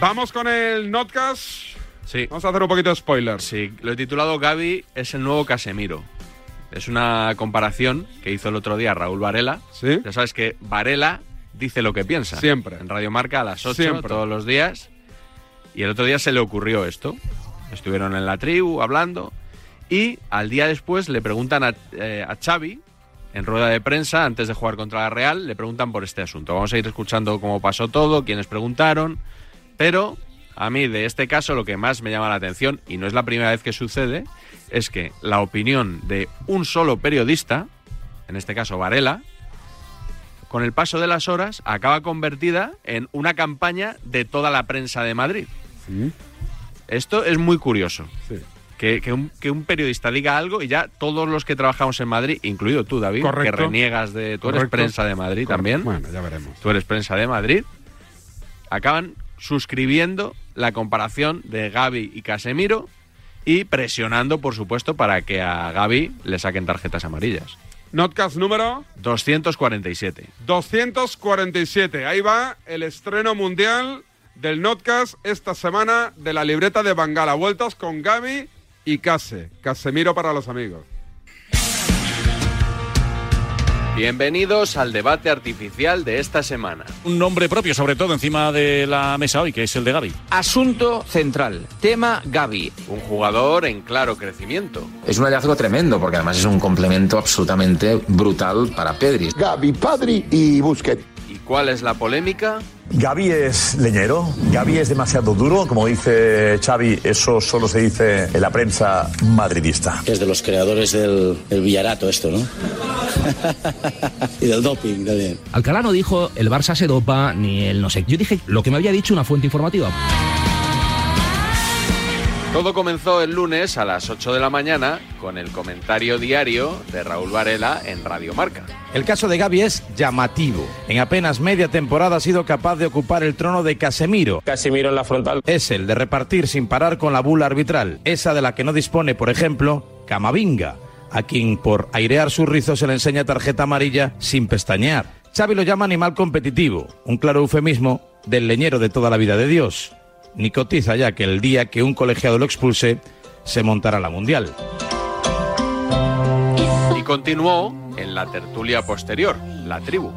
Vamos con el notcast. Sí. Vamos a hacer un poquito de spoiler. Sí, lo he titulado Gaby es el nuevo Casemiro. Es una comparación que hizo el otro día Raúl Varela. Sí. Ya sabes que Varela dice lo que piensa. Siempre. En Radio Marca a las 8 Siempre. todos los días. Y el otro día se le ocurrió esto. Estuvieron en la tribu hablando y al día después le preguntan a, eh, a Xavi en rueda de prensa antes de jugar contra la Real, le preguntan por este asunto. Vamos a ir escuchando cómo pasó todo, quiénes preguntaron, pero a mí de este caso lo que más me llama la atención, y no es la primera vez que sucede, es que la opinión de un solo periodista, en este caso Varela, con el paso de las horas acaba convertida en una campaña de toda la prensa de Madrid. Mm. Esto es muy curioso. Que, que un, que un periodista diga algo y ya todos los que trabajamos en Madrid, incluido tú, David, que Correcto. reniegas de. Eh, Tú eres Correcto. prensa de Madrid también. Bueno, ya veremos. Tú eres prensa de Madrid. Acaban suscribiendo la comparación de Gaby y Casemiro y presionando, por supuesto, para que a Gaby le saquen tarjetas amarillas. Notcast número 247. 247. Ahí va el estreno mundial del Notcast esta semana de la libreta de Bangala. Vueltas con Gaby y Case. Casemiro para los amigos. Bienvenidos al debate artificial de esta semana. Un nombre propio, sobre todo, encima de la mesa hoy, que es el de Gaby. Asunto central. Tema Gaby. Un jugador en claro crecimiento. Es un hallazgo tremendo porque además es un complemento absolutamente brutal para Pedri. Gaby, Padri y Busquets. ¿Y ¿Cuál es la polémica? Gaby es leñero, Gaby es demasiado duro, como dice Xavi, eso solo se dice en la prensa madridista. Es de los creadores del, del Villarato esto, ¿no? y del doping también. Alcalá no dijo el Barça se dopa ni el no sé. Yo dije lo que me había dicho una fuente informativa. Todo comenzó el lunes a las 8 de la mañana con el comentario diario de Raúl Varela en Radio Marca. El caso de Gaby es llamativo. En apenas media temporada ha sido capaz de ocupar el trono de Casemiro. Casemiro en la frontal. Es el de repartir sin parar con la bula arbitral, esa de la que no dispone, por ejemplo, Camavinga, a quien por airear sus rizos se le enseña tarjeta amarilla sin pestañear. Xavi lo llama animal competitivo, un claro eufemismo del leñero de toda la vida de Dios. Nicotiza ya que el día que un colegiado lo expulse, se montará la mundial. Y continuó en la tertulia posterior, la tribu.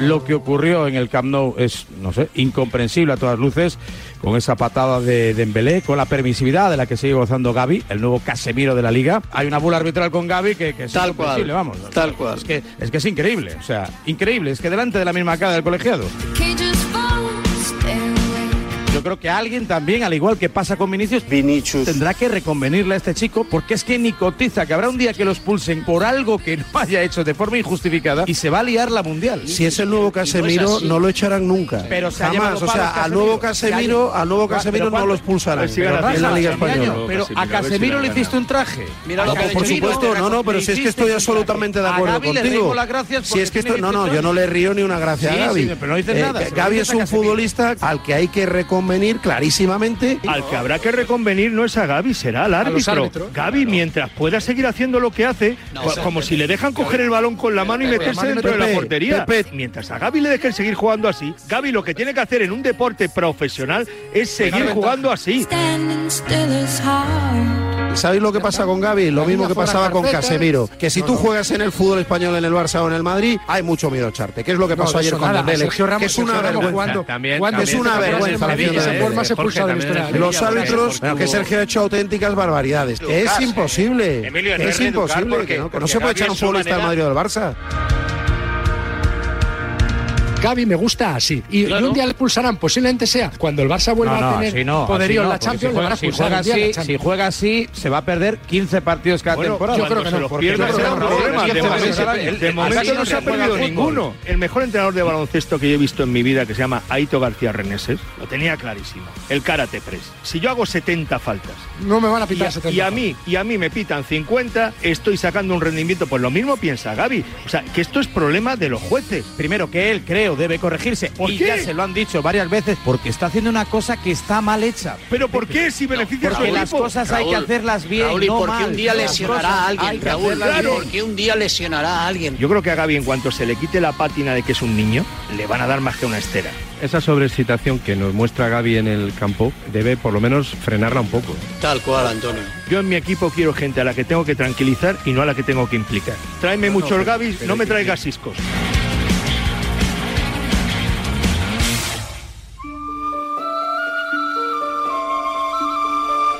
Lo que ocurrió en el Camp Nou es, no sé, incomprensible a todas luces, con esa patada de Dembélé, con la permisividad de la que sigue gozando Gaby, el nuevo Casemiro de la Liga. Hay una bula arbitral con Gaby que, que es Tal incomprensible, cual, vamos. Tal cual. Es que, es que es increíble, o sea, increíble, es que delante de la misma cara del colegiado. Yo creo que alguien también, al igual que pasa con Vinicius, tendrá que reconvenirle a este chico porque es que ni cotiza que habrá un día que lo expulsen por algo que no haya hecho de forma injustificada y se va a liar la mundial. Si es el nuevo Casemiro, no, así. lo echarán nunca. Pero se ha Jamás. llevado O sea, palos al nuevo Casemiro. Casemiro, al nuevo Pero Casemiro no ¿cuánto? Pues lo expulsarán. Pero, Pero Rafa, en la Liga Xavi Española. Este Año, Pero a Casemiro le hiciste un traje. No, pues, por supuesto, no, no, pero si es que estoy absolutamente de acuerdo a Gaby le contigo. dimos las gracias si es porque que esto, tiene no, no, 22 yo no le río ni una gracia Sí, a Gaby. sí, pero no dices nada, se lo Gaby dices es a un Casemiro. futbolista al que hay que reconvenir clarísimamente. Al que habrá que reconvenir no es a Gaby, será al los árbitro. árbitros, Gaby, mientras pueda seguir haciendo lo que hace, co- exacto. como si le dejan coger el balón con la mano y Pepe, meterse Pepe, dentro de la Pepe, portería. Pepe. Mientras a Gaby le dejen seguir jugando así, Gaby lo que tiene que hacer en un deporte profesional es seguir jugando así. ¿Sabéis lo que pasa con Gaby? Lo mismo que fuera pasaba con carpeta. Casemiro. Que si tú juegas en el fútbol español, en el Barça o en el Madrid, hay mucho miedo a echarte. Que es lo que No, pasó de ayer eso con nada. Dembélé. Sergio Ramos- Que es una Sergio Ramos vergüenza. jugando. También- Es también- una también vergüenza. en Sevilla, la acción de ¿eh? Jorge, Dembélé. Los también en árbitros- Sevilla, Los porque- árbitros, porque- que Sergio ha hecho auténticas barbaridades. Que es imposible. Emilio, Que es educarse, imposible. porque- que no, que no porque se puede Gaby echar es un su futbolista al Madrid manera- o del Barça. Gaby me gusta así. Y un día le pulsarán, posiblemente sea cuando el Barça vuelva No, no, a tener así no, poderío así en no, la porque Champions, si le juega- van a si pulsar juega un día en la así, Champions. si juega así, se va a perder 15 partidos cada Bueno, temporada. yo creo que no, porque yo creo que será un problema. De momento- De momento no se ha perdido ninguno. El mejor entrenador de baloncesto que yo he visto en mi vida, que se llama Aito García Reneses, lo tenía clarísimo. El karate press. Si yo hago 70 faltas No me van a pitar y a- 70. Y a mí, y a mí me pitan 50, estoy sacando un rendimiento. Pues lo mismo piensa Gaby. O sea, que esto es problema de los jueces. Primero que él, creo, debe corregirse. y ya se lo han dicho varias veces porque está haciendo una cosa que está mal hecha. ¿Pero por qué si beneficia a su Porque las equipo? cosas hay que Raúl, hacerlas bien, Raúl, ¿y no por qué mal. un día Las lesionará cosas a alguien, hay que Raúl? hacerlas Claro. porque un día lesionará a alguien. Yo creo que a Gaby, en cuanto se le quite la pátina de que es un niño, le van a dar más que una estera. Esa sobreexcitación que nos muestra Gaby en el campo debe por lo menos frenarla un poco. Tal cual, Antonio. Yo en mi equipo quiero gente a la que tengo que tranquilizar y no a la que tengo que implicar. Tráeme No, no, muchos pero- Gavis, pero no me que- traigas ciscos.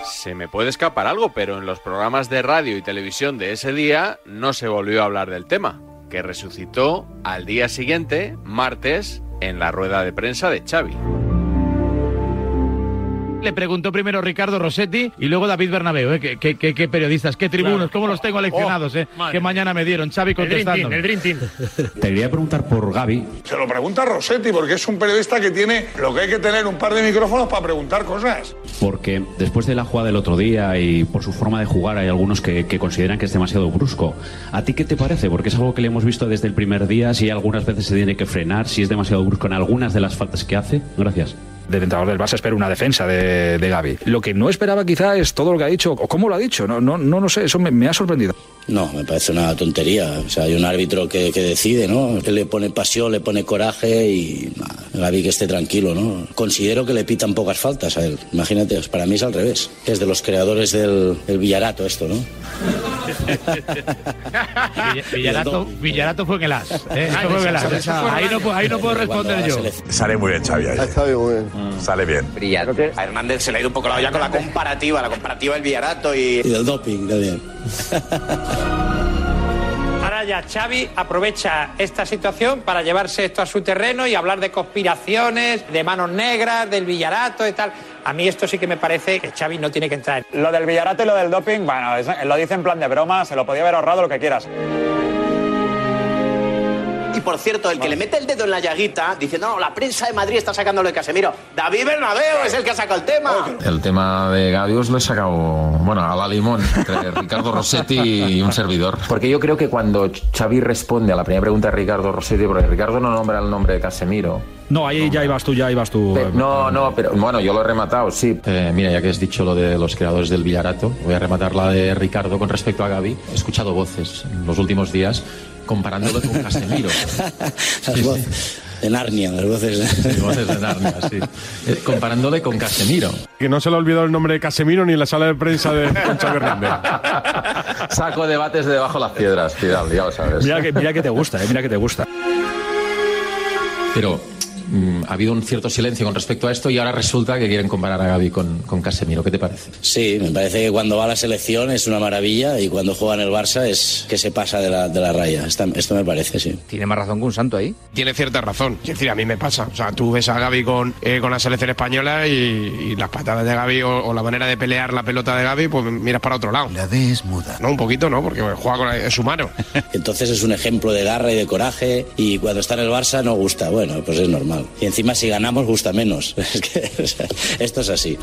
Se me puede escapar algo, pero en los programas de radio y televisión de ese día no se volvió a hablar del tema, que resucitó al día siguiente, martes, en la rueda de prensa de Xavi. Le preguntó primero Ricardo Rossetti y luego David Bernabeu. ¿eh? ¿Qué, qué- qué- qué periodistas, qué tribunos, cómo los tengo aleccionados. ¿eh? Que mañana me dieron Xavi contestando. Te quería preguntar por Gaby. Se lo pregunta Rossetti porque es un periodista que tiene lo que hay que tener un par de micrófonos para preguntar cosas. Porque después de la jugada del otro día y por su forma de jugar hay algunos que, que consideran que es demasiado brusco. ¿A ti qué te parece? Porque es algo que le hemos visto desde el primer día, si algunas veces se tiene que frenar, si es demasiado brusco en algunas de las faltas que hace. Gracias. del entrenador del Barça espero una defensa de, de Gaby. Lo que no esperaba quizá es todo lo que ha dicho o cómo lo ha dicho. No, no, no, no sé, eso me, me ha sorprendido. No, me parece una tontería. O sea, hay un árbitro que, que decide, ¿no? Que le pone pasión, le pone coraje y nah, Gaby que esté tranquilo, ¿no? Considero que le pitan pocas faltas a él. Imagínate, para mí es al revés. Es de los creadores del, del Villarato esto, ¿no? Villarato, Villarato fue en el as. ¿eh? Esto fue en el as. Ahí no, puedo- ahí no puedo responder yo. Sale muy bien, Xavi. ayer. Sale bien. A Hernández se le ha ido un poco la olla con la comparativa, la comparativa del Villarato Y del doping también. Ahora Vaya, Xavi aprovecha esta situación para llevarse esto a su terreno y hablar de conspiraciones, de manos negras, del villarato y tal. A mí esto sí que me parece que Xavi no tiene que entrar. Lo del Villarato y lo del doping, bueno, es- lo dice en plan de broma, se lo podía haber ahorrado lo que quieras. Y por cierto, el que le mete el dedo en la llaguita diciendo, no, la prensa de Madrid está sacándolo de Casemiro. David Bernabeu es el que ha sacado el tema. El tema de Gavios lo he sacado, bueno, a la limón, entre Ricardo Rossetti y un servidor. Porque yo creo que cuando Xavi responde a la primera pregunta de Ricardo Rossetti, porque Ricardo no nombra el nombre de Casemiro. No, ahí ya ibas tú, ya ibas tú. Pe- No, no, pero bueno, yo lo he rematado, sí. mira, ya que has dicho lo de los creadores del Villarato, voy a rematar la de Ricardo con respecto a Gaby. He escuchado voces en los últimos días comparándolo con Casemiro. Las voces de Narnia, las voces de, Narnia, sí. Eh, Comparándole con Casemiro. Que no se le ha olvidado el nombre de Casemiro ni en la sala de prensa de Concha Hernández. Saco debates de debajo las piedras, Fidal, ya lo sabes. Mira que, mira que te gusta, eh, mira que te gusta. Pero mm, ha habido un cierto silencio con respecto a esto y ahora resulta que quieren comparar a Gaby con, con Casemiro. ¿Qué te parece? Sí, me parece que cuando va a la selección es una maravilla y cuando juega en el Barça es que se pasa de la, de la raya. Esta- esto me parece, sí. Tiene más razón que un santo ahí. Tiene cierta razón. Es decir, a mí me pasa. O sea, tú ves a Gaby con, eh, con la selección española y, y las patadas de Gaby o, o la manera de pelear la pelota de Gaby, pues miras para otro lado. La D es muda. No, un poquito no, porque juega con la- es su mano. Entonces es un ejemplo de garra y de coraje y cuando está en el Barça no gusta. Bueno, pues es normal. Y encima si ganamos gusta menos. Es que o sea, esto es así.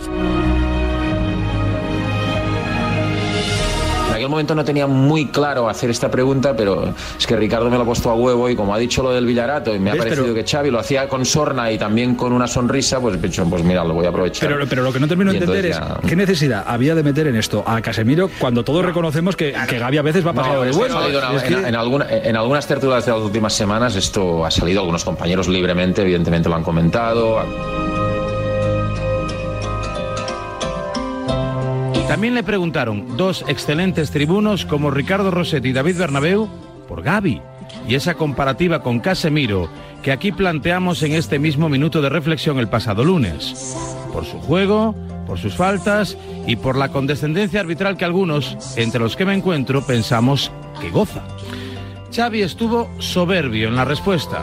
En aquel momento no tenía muy claro hacer esta pregunta, pero es que Ricardo me lo ha puesto a huevo y como ha dicho lo del Villarato y me ha ¿Ves? parecido Pero- que Xavi lo hacía con sorna y también con una sonrisa, pues he dicho, pues mira, lo voy a aprovechar. Pero, pero lo que no termino de Y entonces entender es ya- qué necesidad había de meter en esto a Casemiro cuando todos reconocemos que, que Gaby a veces va No, pasado de esto ha bueno. salido en, Es en- que- en alguna- en algunas tertulias de las últimas semanas esto ha salido, algunos compañeros libremente evidentemente lo han comentado. También le preguntaron dos excelentes tribunos como Ricardo Rossetti y David Bernabeu por Gaby y esa comparativa con Casemiro que aquí planteamos en este mismo minuto de reflexión el pasado lunes. Por su juego, por sus faltas y por la condescendencia arbitral que algunos, entre los que me encuentro, pensamos que goza. Xavi estuvo soberbio en la respuesta.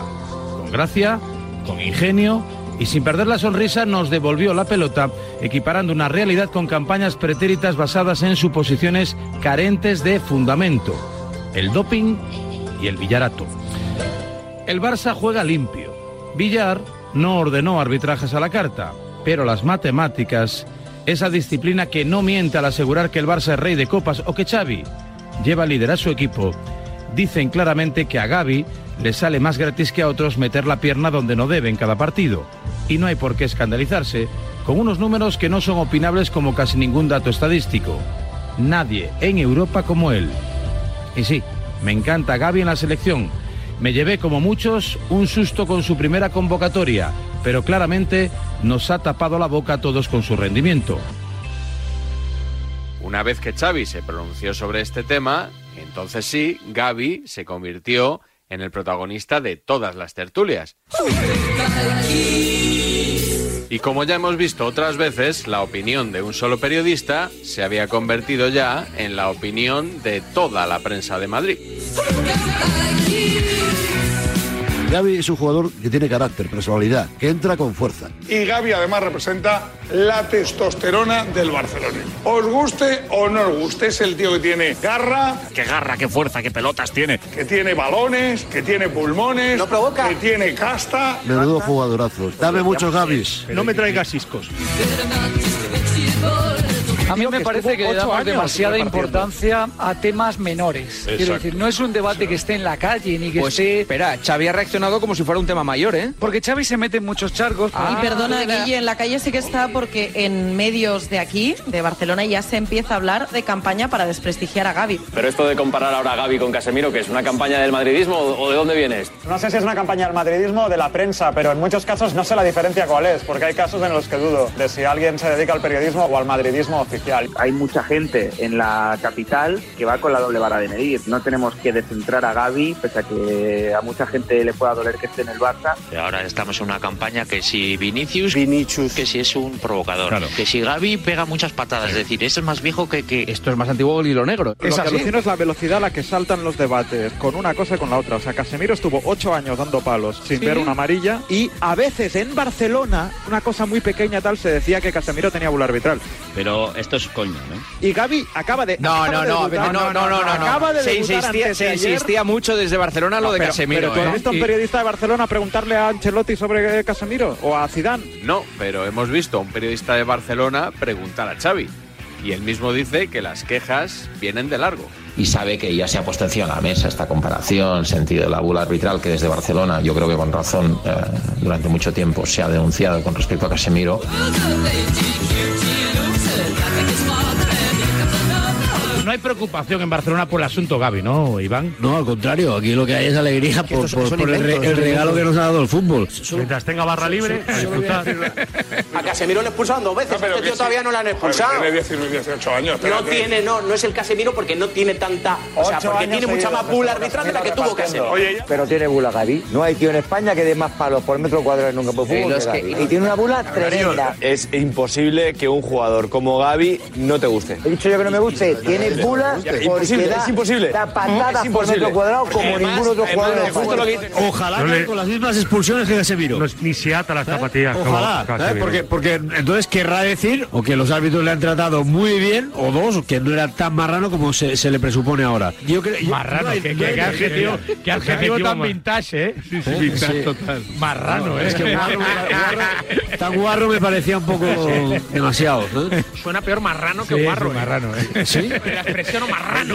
Con gracia, con ingenio y sin perder la sonrisa nos devolvió la pelota, equiparando una realidad con campañas pretéritas basadas en suposiciones carentes de fundamento. El doping y el villarato. El Barça juega limpio. Villar no ordenó arbitrajes a la carta, pero las matemáticas, esa disciplina que no miente al asegurar que el Barça es rey de copas o que Xavi lleva a liderar su equipo, dicen claramente que a Gaby le sale más gratis que a otros meter la pierna donde no debe en cada partido. Y no hay por qué escandalizarse con unos números que no son opinables como casi ningún dato estadístico. Nadie en Europa como él. Y sí, me encanta Gaby en la selección. Me llevé como muchos un susto con su primera convocatoria, pero claramente nos ha tapado la boca a todos con su rendimiento. Una vez que Xavi se pronunció sobre este tema, entonces sí, Gaby se convirtió en el protagonista de todas las tertulias. Y como ya hemos visto otras veces, la opinión de un solo periodista se había convertido ya en la opinión de toda la prensa de Madrid. Gaby es un jugador que tiene carácter, personalidad, que entra con fuerza. Y Gaby además representa la testosterona del Barcelona. Os guste o no os guste, es el tío que tiene garra, Qué garra, qué fuerza, qué pelotas tiene. que tiene balones, que tiene pulmones, que tiene casta. Menudo jugadorazo. Dame muchos Gabis. No me traigas ciscos. A mí me que parece estuvo que le ocho damos años demasiada repartiendo. importancia a temas menores. Quiero Exacto. decir, no es un debate que esté en la calle ni que Pues esté. espera, Xavi ha reaccionado como si fuera un tema mayor, ¿eh? Ah, Porque Xavi se mete en muchos charcos. Ah, y perdona, Guille, en la calle sí que está porque en medios de aquí, de Barcelona, ya se empieza a hablar de campaña para desprestigiar a Gaby. Pero esto de comparar ahora a Gaby con Casemiro, que es una campaña del madridismo o de dónde viene esto? No sé si es una campaña del madridismo o de la prensa, pero en muchos casos no sé la diferencia cuál es, porque hay casos en los que dudo de si alguien se dedica al periodismo o al madridismo oficial. artificial. Hay mucha gente en la capital que va con la doble vara de medir. No tenemos que descentrar a Gaby, pese a que a mucha gente le pueda doler que esté en el Barça. Ahora estamos en una campaña que si Vinicius, que si es un provocador, que si Gaby pega muchas patadas, es decir, este es más viejo que, que... Esto es más antiguo hilo negro. Lo que alucino es la velocidad a la que saltan los debates, con una cosa y con la otra. O sea, Casemiro estuvo ocho años dando palos sin Sí. ver una amarilla y a veces en Barcelona, una cosa muy pequeña tal, se decía que Casemiro tenía bula arbitral. Pero esto es coña, ¿no? Y Gaby acaba de... No, acaba no, de no, a ver, debutar- no, no, no, no, no. Acaba de Se debutar insistía, antes de se ayer. insistía mucho desde Barcelona lo No, de pero- Casemiro. pero ¿tú has ¿eh? visto a un Y- periodista de Barcelona preguntarle a Ancelotti sobre eh, Casemiro o a Zidane? No, pero hemos visto a un periodista de Barcelona preguntar a Xavi. Y él mismo dice que las quejas vienen de largo. y sabe que ya se ha puesto encima de la mesa esta comparación, sentido de la bula arbitral que desde Barcelona, yo creo que con razón, eh, durante mucho tiempo se ha denunciado con respecto a Casemiro. No hay preocupación en Barcelona por el asunto Gaby, ¿no, Iván? No, al contrario, aquí lo que hay es alegría Que por, estos son- por- son por el, re- inventos, el son regalo que inventos. nos ha dado el fútbol. Mientras tenga barra libre, a disfrutar. A Casemiro le expulsaron dos veces, pero este que tío sí. todavía no lo han expulsado. Tiene 19, 18 años. No espérate. tiene, no, no es el Casemiro porque no tiene tanta. O sea, Ocho porque años tiene mucha seguidos, más bula Casemiro arbitral de la que tuvo Casemiro. repartiendo. Oye, Pero tiene bula Gaby. No hay tío en España que dé más palos por metro cuadrado en un campo de Sí, fútbol los que que- Gavi. Y tiene una bula tremenda. Es imposible que un jugador como Gaby no te guste. He dicho yo que no me guste. Tiene bula Ya, porque imposible, da, es imposible. da patadas Es por imposible. metro cuadrado como Además, ningún otro además, jugador. de es justo fútbol. lo que dice- Ojalá No le- que con las mismas expulsiones que Casemiro. ¿Eh? ni se ata las zapatillas. como Ojalá, ¿sabes? ¿Eh? Casemiro. Porque, porque entonces querrá decir o que los árbitros le han tratado muy bien, o dos, o que no era tan marrano como se, se le presupone ahora. Yo creo, yo- no hay- no hay- qué adjetivo tan vintage, ¿eh? Sí, sí, vintage total. Marrano, ¿eh? Es que guarro, Tan guarro me parecía un poco demasiado. ¿no? Suena peor marrano Sí, que guarro. sí, ¿eh? marrano, ¿eh? Sí. La expresión marrano.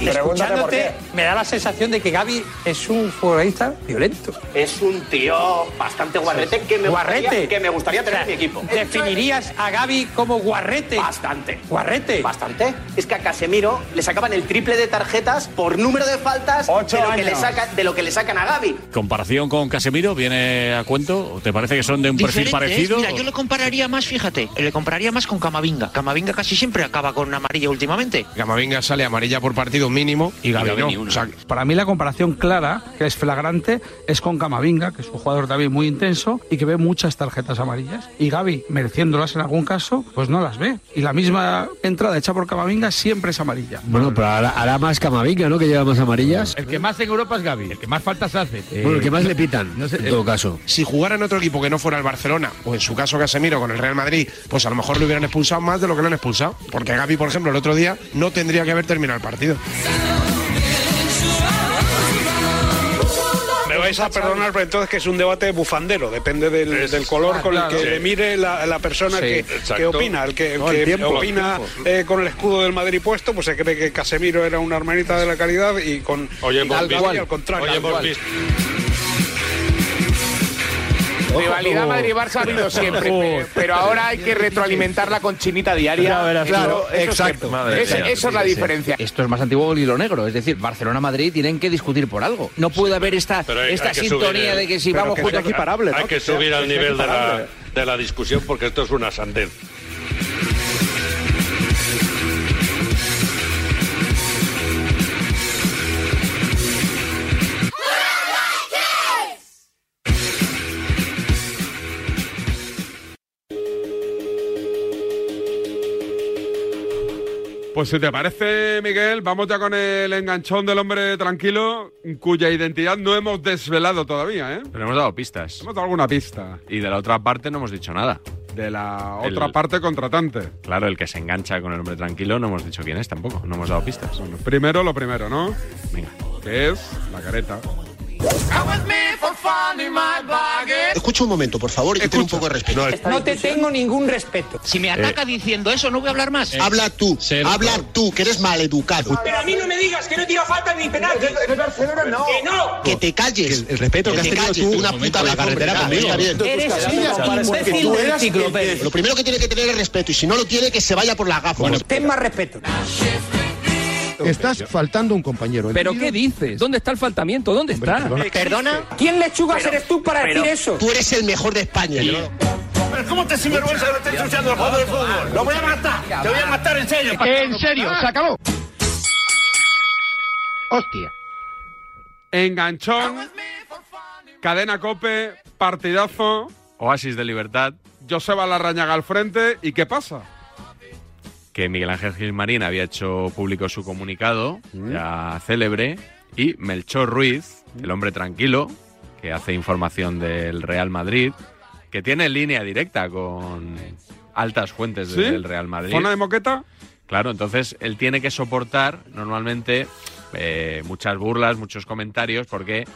Escuchándote, me da la sensación de que Gaby es un futbolista violento. Es un tío bastante guarrete que me guarrete. gustaría, que me gustaría tener O sea, en mi equipo. ¿Definirías a Gaby como guarrete? Bastante. ¿Guarrete? Bastante. Es que a Casemiro le sacaban el triple de tarjetas por número de faltas Ocho de, lo que años. le sacan, de lo que le sacan a Gaby. ¿Comparación con Casemiro viene a cuento? ¿O ¿Te parece que son de un perfil Diferentes, parecido? Mira, yo lo compararía más, fíjate, le compararía más con Camavinga. Camavinga casi siempre acaba con una amarilla últimamente. Camavinga sale amarilla por partido mínimo y Gaby Gavi no. ni una. O sea, Para mí la comparación clara, que es flagrante, es con Camavinga, que es un jugador también muy intenso y que ve muchas tarjetas amarillas. Y Gaby, mereciéndolas en algún caso, pues no las ve. Y la misma entrada hecha por Camavinga siempre es amarilla. Bueno, pero hará, hará más Camavinga, ¿no? Que lleva más amarillas. El que más en Europa es Gaby, el que más faltas hace. Eh, Bueno, el que más le pitan, en todo caso. Si jugara en otro equipo que no fuera el Barcelona, o en su caso Casemiro con el Real Madrid, pues a lo mejor lo hubieran expulsado más de lo que lo han expulsado. Porque Gaby, por ejemplo, el otro día no tendría que haber terminado el partido. Me vais a perdonar, pero entonces que es un debate bufandero, depende del, del color con el que Ah, claro. le mire la, la persona Sí, que, exacto. que opina. El que, el No, el que tiempo, el opina tiempo. eh, con el escudo del Madrid puesto, pues se cree que Casemiro era una hermanita de la calidad y con Oye, y por al, bis- Gavi, al contrario. Oye, por bis- Rivalidad Madrid-Barça ha habido siempre, pero, pero ahora hay que retroalimentarla con chinita diaria. Ya verás tú. claro, Eso exacto. siempre. Madre Esa- mía. esa es la Sí, sí. diferencia. Esto es más antiguo que el hilo negro, es decir, Barcelona-Madrid tienen que discutir por algo. No puede haber esta, Pero hay- esta hay que subir sintonía el- de que si vamos Pero que juntos... sea equiparable, Hay que subir al nivel de la, de la discusión porque esto es una sandez. Pues si te parece, Miguel, vamos ya con el enganchón del hombre tranquilo, cuya identidad no hemos desvelado todavía, ¿eh? Pero hemos dado pistas. Hemos dado alguna pista Y de la otra parte no hemos dicho nada. de la El- otra parte contratante. Claro, el que se engancha con el hombre tranquilo no hemos dicho quién es tampoco. No hemos dado pistas. Primero lo primero, ¿no? Venga. Que pues, es la careta. Escucha un momento, por favor, y ten un poco de respeto. No te tengo ningún respeto. Si me ataca diciendo eso, no voy a hablar Eh, más. Habla tú, habla tú, que eres maleducado. Pero a mí no me digas que no tira falta ni penalti. Barcelona no. Que no. Que te calles. el respeto que, has tenido tú, una puta en la carretera conmigo. Eres un imbécil de enciclopedia. Lo primero que tiene que tener es respeto, y si no lo tiene, que se vaya por las gafas. Ten más respeto. Estás faltando a un compañero. ¿eh? ¿Pero qué dices? ¿Dónde está el faltamiento? ¿Ddónde está? perdona. ¿Perdona? ¿Quién lechuga eres tú para pero- decir eso? Tú eres el mejor de España. Pero ¿cómo te sinvergüenza que lo estés ensuciando el juego de fútbol? Lo voy a matar, te voy a matar en serio. En serio, se acabó. Hostia. Enganchón, cadena cope, partidazo. Oasis de libertad. Joseba Larrañaga al frente. ¿Y qué pasa? que Miguel Ángel Gilmarín había hecho público su comunicado, Mm. ya célebre, y Melchor Ruiz, el hombre tranquilo, que hace información del Real Madrid, que tiene línea directa con altas fuentes ¿Sí? del Real Madrid. ¿Zona de moqueta? Claro, entonces él tiene que soportar normalmente eh, muchas burlas, muchos comentarios, porque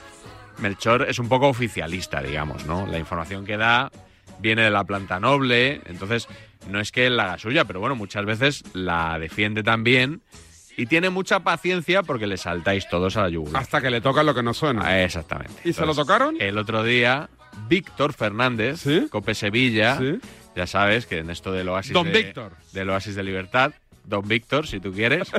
Melchor es un poco oficialista, digamos, ¿no? La información que da viene de la planta noble, entonces no es que él la haga suya, pero bueno, muchas veces la defiende también y tiene mucha paciencia porque le saltáis todos a la yugular. Ah, Hasta que le toca lo que no suena. Exactamente. ¿Y se lo Entonces, tocaron? El otro día, Víctor Fernández, Cope Sevilla, ya sabes que en esto del oasis, Don de, Víctor. del oasis de libertad, Don Víctor, si tú quieres,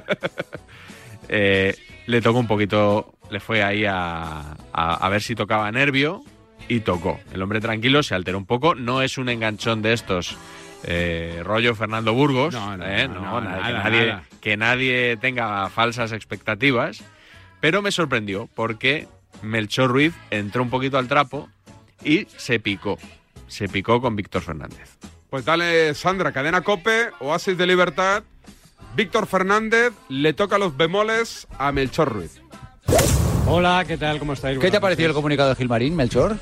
eh, le tocó un poquito, le fue ahí a, a- a ver si tocaba nervio y tocó. El hombre tranquilo se alteró un poco, no es un enganchón de estos. eh, rollo Fernando Burgos, ¿eh? No, nada, que nada, nadie- nada. que nadie tenga falsas expectativas, pero me sorprendió porque Melchor Ruiz entró un poquito al trapo y se picó. Se picó con Víctor Fernández. Pues dale, Sandra, cadena cope, oasis de libertad. Víctor Fernández le toca los bemoles a Melchor Ruiz. Hola, ¿qué tal? ¿Cómo estáis? ¿Qué te ha parecido el comunicado de Gilmarín, Melchor?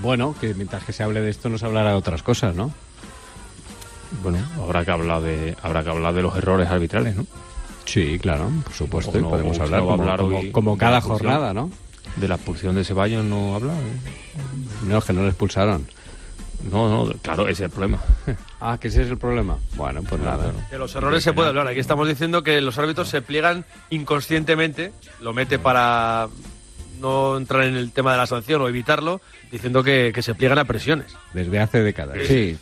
bueno, que mientras que se hable de esto no se hablará de otras cosas, ¿no? Bueno, habrá que hablar de, habrá que hablar de los errores arbitrales, ¿no? Sí, claro, por supuesto, O y no, podemos o hablar, se va a como, hablar como- hoy como de cada la expulsión. jornada, ¿no? De la expulsión de Ceballos no habla. ¿eh? No, es que no le expulsaron. No, no, claro, ese es el problema. Ah, que ese es el problema. Bueno, pues nada. De los errores se puede hablar. Aquí estamos diciendo que los árbitros se pliegan inconscientemente, lo mete para no entrar en el tema de la sanción o evitarlo, diciendo que, que se pliegan a presiones. Desde hace décadas. Sí,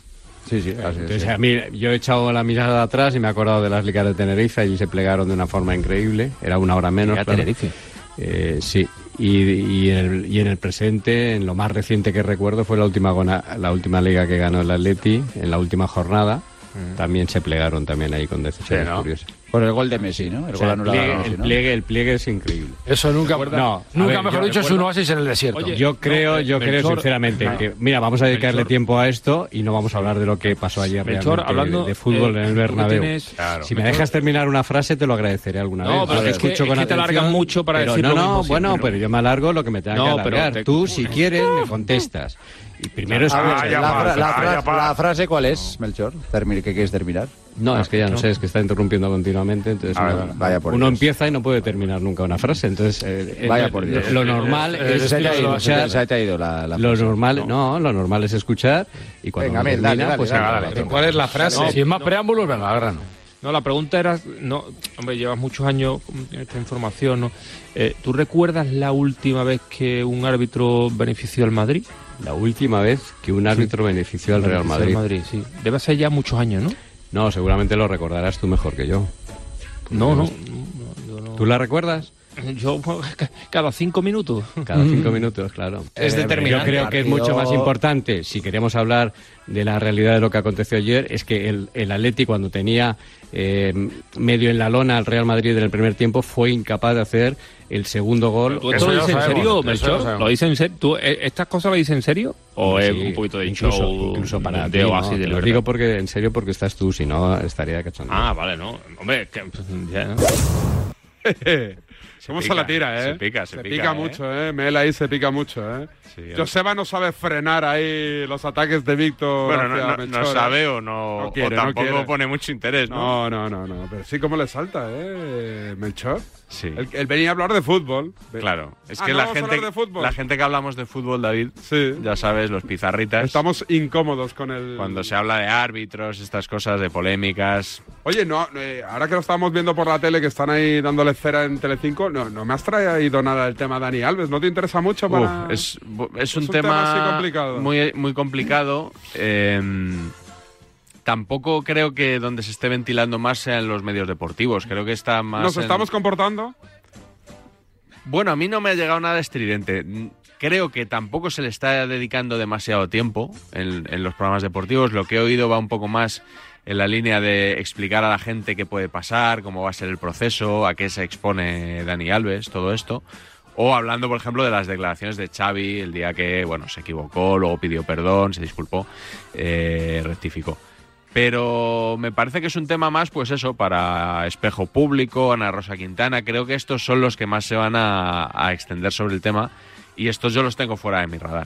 sí, sí. así es, Entonces, sí. a mí, yo he echado la mirada atrás y me he acordado de las ligas de Tenerife. Allí se plegaron de una forma increíble. Era una hora menos. Liga claro. Tenerife. Eh, sí. Y, y en el, y en el presente, en lo más reciente que recuerdo, fue la última, gona- la última liga que ganó el Atleti, en la última jornada. También se plegaron también ahí con decisiones Sí, ¿no? curiosas. Por el gol de Messi, ¿no? El O sea, gol el, anulado. pliegue, a Messi, el ¿no? pliegue- el pliegue es increíble. Eso nunca- No, a nunca, mejor ver, yo dicho, es recuerdo- un oasis en el desierto. Oye, eh, yo creo, yo creo Melchor- sinceramente no. que mira, vamos a dedicarle Melchor- tiempo a esto y no vamos a hablar de lo que pasó ayer Melchor, realmente hablando, de, de fútbol eh, en el tú que Bernabéu. tienes- Claro. Si me Melchor- dejas terminar una frase te lo agradeceré alguna No, vez. pero porque es que- escucho es con que te atención, alargas mucho para pero decir no, lo no, mismo bueno, siempre, ¿no? pero yo me alargo lo que me tenga No, que pero alargar. te- Tú si quieres me contestas. Y primero Ah, escucha. la, fra- la fra- la frase, ¿cuál es, Melchor? Termine, ¿Qué quieres terminar? No, es que ya no ¿no? sé, es que está interrumpiendo continuamente, entonces Ah, no- vale, vaya por uno empieza y no puede terminar nunca una frase, entonces eh, Vaya eh, por lo- Dios. lo normal Eh, es se te ha ido, se te- escuchar, se te ha ido la, la lo frase. normal, no. lo normal es escuchar y cuando Venga, uno Mel, dale, termina, dale, pues dale, acaba. dale. Pero ¿Cuál es la frase? Si es más preámbulos, venga, al grano. No, la pregunta era, no, hombre, llevas muchos años con esta información, ¿no? Eh, ¿Tú recuerdas la última vez que un árbitro benefició al Madrid? La última vez que un árbitro benefició al Real Madrid. Benefició al sí. Debe ser ya muchos años, ¿no? No, seguramente lo recordarás tú mejor que yo. No, no. ¿Tú la recuerdas? Yo pues, ca- cada cinco minutos. Cada cinco minutos, claro. Mm. Es determinante. Yo creo que es mucho más importante, si queremos hablar de la realidad de lo que aconteció ayer, es que el, el Atleti cuando tenía eh, medio en la lona al Real Madrid en el primer tiempo fue incapaz de hacer el segundo gol. ¿Tú esto lo dices en serio, Melchor? ¿Lo dices en serio? ¿Tú, eh, ¿Estas cosas lo dices en serio? ¿O es un poquito de incluso, show incluso para de ti, oasis ¿no? de Te lo libertad? digo porque en serio porque estás tú, si no estaría cachondeo. Ah, vale, no. Hombre, que, pues, ya, ¿no? ¿Cómo se, pica, la tira, eh? se pica, se pica. pica, ¿eh? mucho, eh. Mel ahí se pica mucho, eh. Joseba no sabe frenar ahí los ataques de Víctor. Bueno, no- hacia no- no Melchor, ¿eh? sabe o no- o tampoco pone mucho interés, ¿no? No, no, no, no. Pero sí, cómo le salta, eh, Melchor. Sí. Él, él venía a hablar de fútbol. Claro, es Ah, que ¿no la, vamos a gente, hablar de fútbol? la gente que hablamos de fútbol, David, ya sabes, los pizarritas. Estamos incómodos con el. Cuando se habla de árbitros, estas cosas, de polémicas. Oye, no, eh, ahora que lo estábamos viendo por la tele, que están ahí dándole cera en Telecinco, no, no me has traído nada el tema Dani Alves. ¿No te interesa mucho para...? Uf, es, bu- es un, un tema, tema así complicado. Muy, muy complicado. Em, tampoco creo que donde se esté ventilando más sea en los medios deportivos. Creo que está más. ¿Nos en- estamos comportando? Bueno, a mí no me ha llegado nada estridente. N- Creo que tampoco se le está dedicando demasiado tiempo en, en los programas deportivos. Lo que he oído va un poco más en la línea de explicar a la gente qué puede pasar, cómo va a ser el proceso, a qué se expone Dani Alves, todo esto. O hablando, por ejemplo, de las declaraciones de Xavi el día que, bueno, se equivocó, luego pidió perdón, se disculpó, eh, rectificó. Pero me parece que es un tema más, pues eso, para Espejo Público, Ana Rosa Quintana. Creo que estos son los que más se van a, a extender sobre el tema. Y estos yo los tengo fuera de mi radar.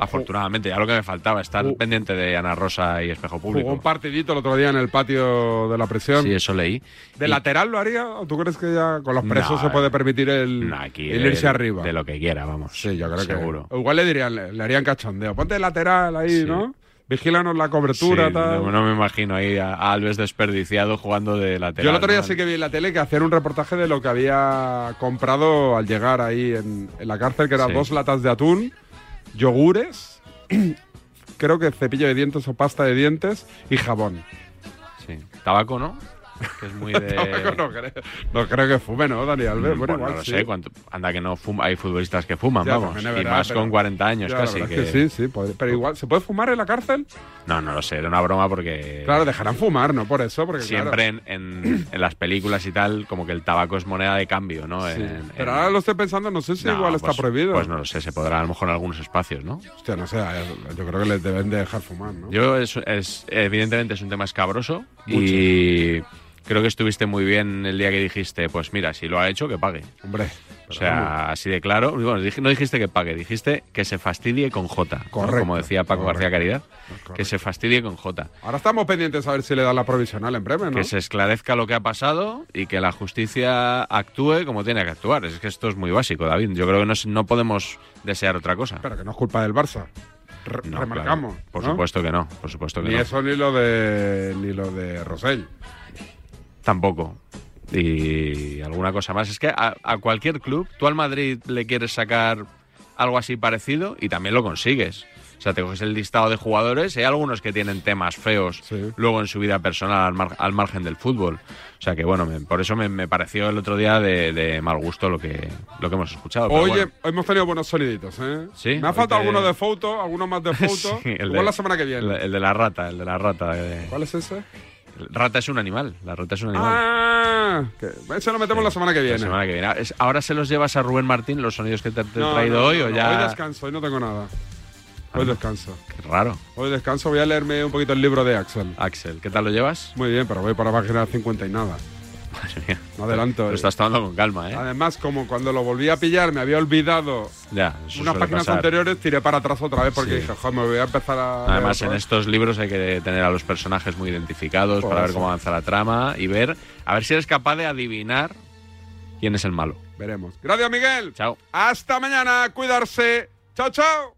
Afortunadamente, ya lo que me faltaba, estar pendiente de Ana Rosa y Espejo Jugó un Público. partidito el otro día en el patio de la presión. Sí, eso leí. ¿De Y- lateral lo haría? ¿O tú crees que ya con los presos No, se puede permitir el, Aquí el de- irse arriba? De lo que quiera, vamos. Sí, yo creo que- Seguro. O Igual le dirían, le, le harían cachondeo. Ponte de lateral ahí, ¿no? Vigílanos la cobertura, Sí, tal. No, no me imagino ahí a a Alves desperdiciado jugando de lateral. Yo el otro día ¿no? sí que vi en la tele que hacían un reportaje de lo que había comprado al llegar ahí en, en la cárcel, que eran Sí. dos latas de atún, yogures, creo que cepillo de dientes o pasta de dientes y jabón. Sí. Tabaco, ¿no? Que es muy de. Tabaco no creo. No creo que fume, ¿no, Dani Alves? Mm, Bueno, no igual lo sí. sé. cuánto- Anda que no fuma. Hay futbolistas que fuman, Ya, vamos. también Y es verdad, más pero- con 40 años Ya, la casi. Oh. verdad es que sí, sí. podría- Pero igual, ¿se puede fumar en la cárcel? No, no lo sé. Era una broma porque. Claro, dejarán fumar, ¿no? Por eso, porque claro. Siempre en, en- en las películas y tal, como que el tabaco es moneda de cambio, ¿no? Sí. En- Pero en- ahora lo estoy pensando, no sé si No, igual está pues- prohibido. Pues no lo sé, se podrá a lo mejor en algunos espacios, ¿no? Hostia, no sé, yo creo que les deben de dejar fumar, ¿no? Yo, es, es- evidentemente, es un tema escabroso y creo que estuviste muy bien el día que dijiste, pues mira, si lo ha hecho, que pague. Hombre. O sea, así de claro. Bueno, dij- no dijiste que pague, dijiste que se fastidie con J. ¿no? Correcto, Como decía Paco García Caridad, que se fastidie con J. Ahora estamos pendientes a ver si le dan la provisional en breve, ¿no? Que se esclarezca lo que ha pasado y que la justicia actúe como tiene que actuar. Es que esto es muy básico, David. Yo creo que no, es- no podemos desear otra cosa. Pero que no es culpa del Barça. Re- No, remarcamos. claro. Por ¿no? supuesto que no, por supuesto que Ni no. eso ni lo de ni lo de Rosell. Tampoco. Y alguna cosa más. Es que a, a cualquier club, tú al Madrid le quieres sacar algo así parecido y también lo consigues. O sea, te coges el listado de jugadores y hay algunos que tienen temas feos luego en su vida personal al, mar- al margen del fútbol. O sea que bueno, me- por eso me, me pareció el otro día de, de mal gusto lo que, lo que hemos escuchado. Ah, pero Oye, bueno. hoy hemos tenido buenos soniditos, ¿eh? Sí, Me ha hoy faltado te- alguno de foto, alguno más de foto. Sí, el Igual de- la semana que viene. El, el de la rata, el de la rata. eh. ¿Cuál es ese? Rata es un animal, la rata es un animal. Ah, que- ese lo metemos la semana que viene. La semana que viene. Ah, Es- Ahora se los llevas a Rubén Martín los sonidos que te, te No, he traído no, hoy no, o no, ya. Ah, Hoy descanso, hoy no tengo nada. Hoy descanso. Qué raro. Hoy descanso, voy a leerme un poquito el libro de Axel. Axel, ¿qué tal lo llevas? Muy bien, pero voy para página 50 y nada. Madre mía. No adelanto, Lo eh. estás tomando con calma, ¿eh? Además, como cuando lo volví a pillar me había olvidado Ya, eso unas suele páginas pasar. anteriores, tiré para atrás otra vez porque Sí. dije, joder, me voy a empezar a... Además, en otra vez". estos libros hay que tener a los personajes muy identificados Por para ver eso. cómo avanza la trama y ver, a ver si eres capaz de adivinar quién es el malo. Veremos. Gracias, Miguel. Chao. Hasta mañana. Cuidarse. Chao, chao.